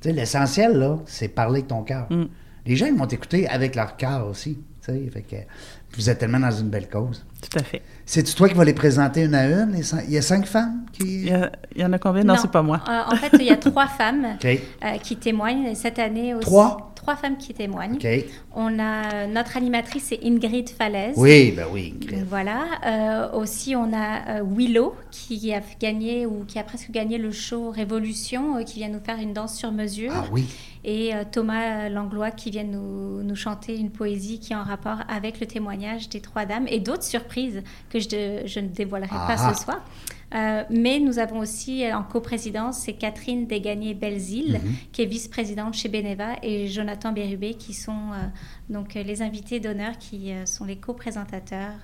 [SPEAKER 1] Tu sais, l'essentiel, là, c'est parler avec ton cœur.
[SPEAKER 2] Mm.
[SPEAKER 1] Les gens, ils vont t'écouter avec leur cœur aussi. Tu sais, fait que vous êtes tellement dans une belle cause.
[SPEAKER 2] Tout à fait.
[SPEAKER 1] C'est-tu toi qui vas les présenter une à une? les cin- Il y a cinq femmes qui.
[SPEAKER 2] Il y, a- il y en a combien? Non, c'est pas moi.
[SPEAKER 3] Euh, en fait, il y a trois femmes
[SPEAKER 1] OK.
[SPEAKER 3] euh, qui témoignent. Et cette année aussi.
[SPEAKER 1] Trois?
[SPEAKER 3] Trois femmes qui témoignent.
[SPEAKER 1] OK.
[SPEAKER 3] On a euh, notre animatrice, c'est Ingrid Falaise.
[SPEAKER 1] Oui, ben oui, Ingrid.
[SPEAKER 3] Voilà. Euh, aussi, on a euh, Willow qui a gagné ou qui a presque gagné le show Révolution, euh, qui vient nous faire une danse sur mesure.
[SPEAKER 1] Ah oui.
[SPEAKER 3] Et euh, Thomas Langlois qui vient nous, nous chanter une poésie qui est en rapport avec le témoignage des trois dames et d'autres surprises que je, de- je ne dévoilerai
[SPEAKER 1] Ah
[SPEAKER 3] pas
[SPEAKER 1] ah.
[SPEAKER 3] ce soir. Euh, mais nous avons aussi euh, en coprésidence, c'est Catherine Desgagnés-Belzile,
[SPEAKER 1] Mhm.
[SPEAKER 3] qui est vice-présidente chez Beneva, et Jonathan Bérubé, qui sont euh, donc euh, les invités d'honneur, qui euh, sont les co-présentateurs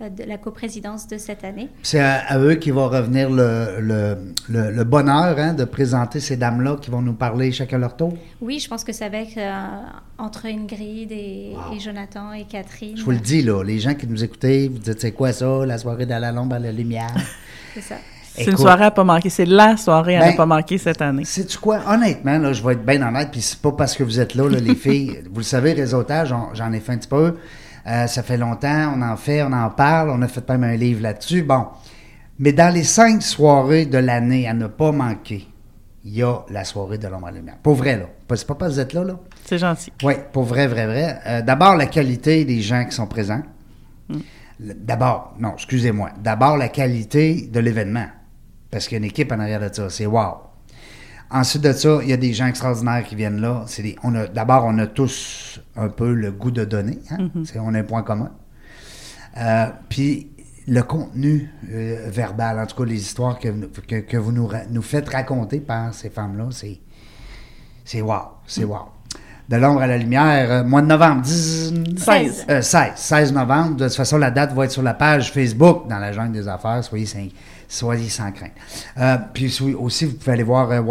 [SPEAKER 3] euh, euh, de la coprésidence de cette année.
[SPEAKER 1] C'est à, à eux qui va revenir le, le- le- le bonheur hein, de présenter ces dames-là qui vont nous parler chacun leur tour.
[SPEAKER 3] Oui, je pense que ça va être euh, entre Ingrid et, et Jonathan et Catherine.
[SPEAKER 1] Je vous le dis, là, les gens qui nous écoutez, vous dites c'est quoi ça, la soirée de la lombe à la lumière?
[SPEAKER 3] C'est ça.
[SPEAKER 2] C'est une
[SPEAKER 1] Écoute.
[SPEAKER 2] soirée à pas manquer. C'est la soirée à
[SPEAKER 1] Ben,
[SPEAKER 2] ne pas manquer cette année.
[SPEAKER 1] Sais-tu quoi? Honnêtement, là, je vais être bien honnête, puis c'est pas parce que vous êtes là, là, les filles. Vous le savez, réseautage, on- j'en ai fait un petit peu. Euh, ça fait longtemps, on en fait, on en parle, on a fait même un livre là-dessus. Bon. Mais dans les cinq soirées de l'année à ne pas manquer, il y a la soirée de l'ombre à la lumière. Pour vrai, là. Pas- C'est pas parce que vous êtes là, là.
[SPEAKER 2] C'est gentil.
[SPEAKER 1] Oui, pour vrai, vrai, vrai. Euh, D'abord, la qualité des gens qui sont présents. Le- D'abord, non, excusez-moi. D'abord, la qualité de l'événement. Parce qu'il y a une équipe en arrière de ça. C'est wow. Ensuite de ça, il y a des gens extraordinaires qui viennent là. C'est des- on a- D'abord, on a tous un peu le goût de donner. hein. C'est- On a un point commun. Euh, puis le contenu euh, verbal, en tout cas les histoires que, vous- que, que vous nous, ra- nous faites raconter par ces femmes-là, c'est, c'est wow, c'est wow. De l'ombre à la lumière, euh, mois de novembre, 10,
[SPEAKER 2] 16.
[SPEAKER 1] euh, 16, 16 novembre. De toute façon, la date va être sur la page Facebook dans la jungle des affaires. Soyez sans, soyez sans crainte. Euh, puis sou- aussi, vous pouvez aller voir euh,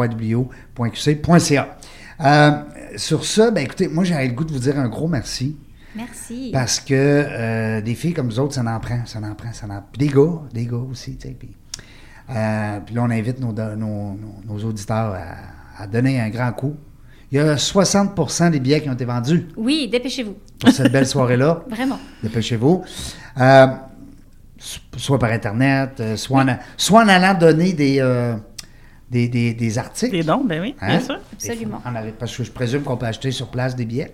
[SPEAKER 1] ywqc.ca. Euh, sur ce, ben, écoutez, moi, j'aurais le goût de vous dire un gros merci.
[SPEAKER 3] Merci.
[SPEAKER 1] Parce que euh, des filles comme nous autres, ça en prend, ça en prend, ça en Puis des gars, des gars aussi, tu sais. Puis euh, puis là, on invite nos, do- nos, nos- nos auditeurs à, à donner un grand coup. Il y a 60 des billets qui ont été vendus
[SPEAKER 3] Oui, dépêchez-vous.
[SPEAKER 1] pour cette belle soirée-là.
[SPEAKER 3] Vraiment.
[SPEAKER 1] Dépêchez-vous. Euh, so- soit par Internet, euh, soit, en, a- soit en allant donner des, euh, des, des- des articles.
[SPEAKER 2] Des dons, ben oui,
[SPEAKER 1] Hein?
[SPEAKER 2] bien sûr.
[SPEAKER 3] Absolument.
[SPEAKER 1] En avait- parce que je présume qu'on peut acheter sur place des billets.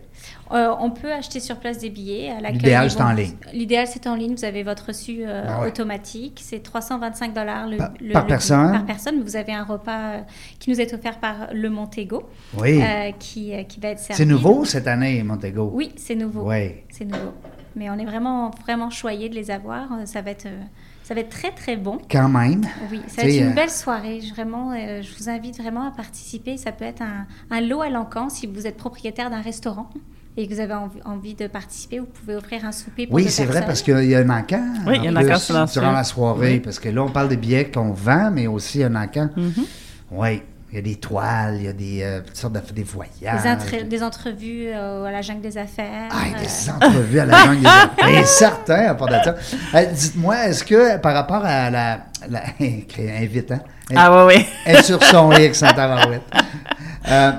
[SPEAKER 3] Euh, on peut acheter sur place des billets. à l'accueil,
[SPEAKER 1] L'idéal,
[SPEAKER 3] ils
[SPEAKER 1] c'est
[SPEAKER 3] vont-
[SPEAKER 1] en ligne.
[SPEAKER 3] L'idéal, c'est en ligne. Vous avez votre reçu euh,
[SPEAKER 1] Ah ouais.
[SPEAKER 3] automatique. C'est 325 dollars le,
[SPEAKER 1] Par-
[SPEAKER 3] le-
[SPEAKER 1] par
[SPEAKER 3] le-
[SPEAKER 1] personne.
[SPEAKER 3] Par personne. Vous avez un repas euh, qui nous est offert par le Montego,
[SPEAKER 1] Oui.
[SPEAKER 3] euh, qui, euh, qui va être servi.
[SPEAKER 1] C'est nouveau cette année, Montego.
[SPEAKER 3] Oui, c'est nouveau.
[SPEAKER 1] Ouais.
[SPEAKER 3] C'est nouveau. Mais on est vraiment, vraiment choyés de les avoir. Euh, Ça va être, euh, ça va être très, très bon.
[SPEAKER 1] Quand même.
[SPEAKER 3] Oui, ça
[SPEAKER 1] Tu
[SPEAKER 3] va
[SPEAKER 1] sais,
[SPEAKER 3] être
[SPEAKER 1] euh,
[SPEAKER 3] une belle soirée. Je- Vraiment, euh, je vous invite vraiment à participer. Ça peut être un, un lot à l'encan si vous êtes propriétaire d'un restaurant et que vous avez envi- envie de participer. Vous pouvez offrir un souper pour
[SPEAKER 1] Oui,
[SPEAKER 3] deux
[SPEAKER 1] c'est vrai,
[SPEAKER 3] personnes.
[SPEAKER 1] parce qu'il y a un encan.
[SPEAKER 2] Oui, il y a
[SPEAKER 1] en
[SPEAKER 2] un encan
[SPEAKER 1] plus,
[SPEAKER 2] silencieux.
[SPEAKER 1] Durant la soirée,
[SPEAKER 2] Oui.
[SPEAKER 1] parce que là, on parle des billets qu'on vend, mais aussi un encan.
[SPEAKER 2] Mm-hmm.
[SPEAKER 1] Oui, il y a des toiles, il y a des euh, toutes sortes de des voyages.
[SPEAKER 3] Des, entre- des entrevues euh, à la jungle des affaires.
[SPEAKER 1] Ah, et
[SPEAKER 3] euh,
[SPEAKER 1] des entrevues à la langue des affaires. Et certain, à part de ça. Euh, Dites-moi, est-ce que par rapport à la. la invite, hein? Elle-
[SPEAKER 2] Ah oui, oui.
[SPEAKER 1] elle est sur son X en tabarouette. Euh,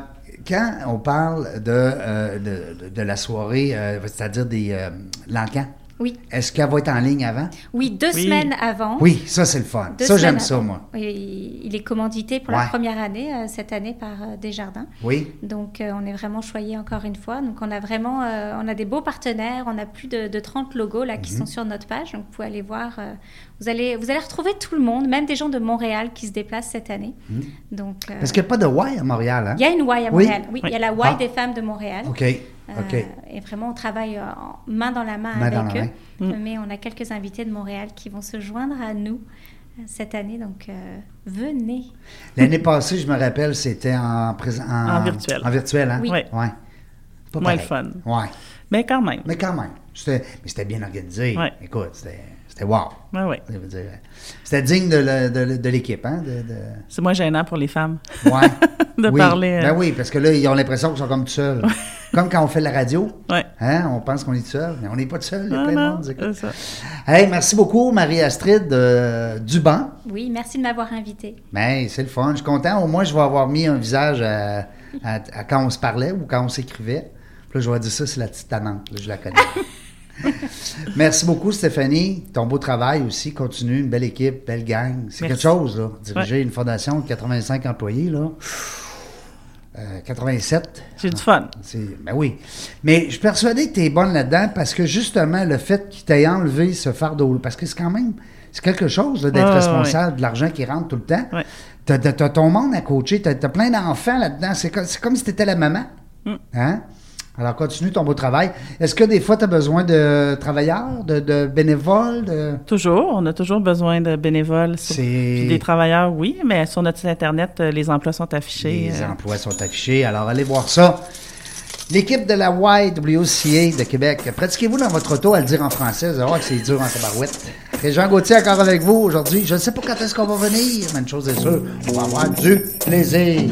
[SPEAKER 1] quand on parle de, euh, de, de- de la soirée, euh, c'est-à-dire des euh, l'encan,
[SPEAKER 3] Oui,
[SPEAKER 1] est-ce qu'elle va être en ligne avant?
[SPEAKER 3] oui, deux
[SPEAKER 2] Oui.
[SPEAKER 3] semaines avant.
[SPEAKER 1] Oui, ça c'est le fun.
[SPEAKER 3] Deux
[SPEAKER 1] ça j'aime
[SPEAKER 3] semaines
[SPEAKER 1] ça,
[SPEAKER 3] avant.
[SPEAKER 1] moi.
[SPEAKER 3] Oui, Il est commandité pour
[SPEAKER 1] Ouais.
[SPEAKER 3] la première année, euh, cette année, par euh, Desjardins.
[SPEAKER 1] Oui.
[SPEAKER 3] Donc, euh, on est vraiment choyés encore une fois. Donc, on a vraiment, euh, on a des beaux partenaires. On a plus de, de 30 logos là qui
[SPEAKER 1] Mhm.
[SPEAKER 3] sont sur notre page. Donc, vous pouvez aller voir. euh, vous allez, vous allez retrouver tout le monde, même des gens de Montréal qui se déplacent cette année. Donc, euh,
[SPEAKER 1] Mhm. Parce qu'il n'y a pas de Y à Montréal, hein?
[SPEAKER 3] il y a une Y à
[SPEAKER 1] Oui.
[SPEAKER 3] Montréal. Oui, il y a la Y
[SPEAKER 1] Ah.
[SPEAKER 3] des femmes de Montréal.
[SPEAKER 1] OK.
[SPEAKER 3] Euh,
[SPEAKER 1] OK.
[SPEAKER 3] et vraiment, on travaille euh, en- main dans la main
[SPEAKER 1] Main dans
[SPEAKER 3] avec
[SPEAKER 1] la
[SPEAKER 3] eux. Mais on a quelques invités de Montréal qui vont se joindre à nous euh, cette année. Donc, euh, venez.
[SPEAKER 1] L'année passée, je me rappelle, c'était en, prés-
[SPEAKER 2] En virtuel.
[SPEAKER 1] En virtuel, hein?
[SPEAKER 3] Oui.
[SPEAKER 1] Ouais.
[SPEAKER 2] Ouais.
[SPEAKER 1] Pas
[SPEAKER 2] Moins
[SPEAKER 1] pareil.
[SPEAKER 2] le fun.
[SPEAKER 1] Ouais.
[SPEAKER 2] Mais quand même.
[SPEAKER 1] Mais quand même. C'était mais c'était bien organisé.
[SPEAKER 2] Ouais.
[SPEAKER 1] Écoute, c'était c'était wow.
[SPEAKER 2] Ouais, ouais.
[SPEAKER 1] Ça veut dire, C'était digne de, le- de le- de l'équipe, hein? De, de...
[SPEAKER 2] C'est moins gênant pour les femmes.
[SPEAKER 1] Ouais.
[SPEAKER 2] de
[SPEAKER 1] Oui.
[SPEAKER 2] parler.
[SPEAKER 1] Ben
[SPEAKER 2] euh,
[SPEAKER 1] oui, parce que là, ils ont l'impression qu'ils sont comme tout seuls. comme quand on fait de la radio.
[SPEAKER 2] euh, Ouais.
[SPEAKER 1] Hein? On pense qu'on est tout seul, mais on n'est pas tout seul. Il y a
[SPEAKER 2] Ah,
[SPEAKER 1] plein de
[SPEAKER 2] non,
[SPEAKER 1] monde. qui écoute.
[SPEAKER 2] c'est ça.
[SPEAKER 1] Hey, merci beaucoup, Marie-Astrid euh, Duban.
[SPEAKER 3] Oui, merci de m'avoir invité.
[SPEAKER 1] Ben, c'est le fun. Je suis content. Au moins, je vais avoir mis un visage à, à- à quand on se parlait ou quand on s'écrivait. Puis là, je vais dire ça, c'est la petite amante. Là, je la connais. Merci beaucoup, Stéphanie. Ton beau travail aussi. Continue. Une belle équipe, belle gang. C'est
[SPEAKER 2] Merci.
[SPEAKER 1] quelque chose, là. Diriger une fondation de 85 employés, là. Euh, 87.
[SPEAKER 2] J'ai du fun.
[SPEAKER 1] C'est- Ben oui. Mais je suis persuadé que tu es bonne là-dedans parce que justement, le fait qu'il t'ait enlevé ce fardeau, parce que c'est quand même c'est quelque chose là, d'être
[SPEAKER 2] Ouais, ouais,
[SPEAKER 1] responsable de l'argent qui rentre tout le temps.
[SPEAKER 2] Ouais.
[SPEAKER 1] T'as t'as- t'as ton monde à coacher, t'as as plein d'enfants là-dedans. C'est comme, c'est comme si t'étais la maman.
[SPEAKER 2] Mm.
[SPEAKER 1] Hein? Alors continue ton beau travail. Est-ce que des fois tu as besoin de travailleurs, de, de bénévoles? de-
[SPEAKER 2] Toujours, on a toujours besoin de bénévoles. sur-
[SPEAKER 1] C'est-
[SPEAKER 2] puis des travailleurs, oui, mais sur notre site Internet, euh, les emplois sont affichés.
[SPEAKER 1] Les
[SPEAKER 2] euh,
[SPEAKER 1] emplois sont affichés, alors allez voir ça. L'équipe de la YWCA de Québec, pratiquez-vous dans votre auto à le dire en français, vous allez voir que c'est dur en tabarouette. Régent Gauthier encore avec vous aujourd'hui. Je ne sais pas quand est-ce qu'on va venir, mais une chose est sûre, on va avoir du plaisir.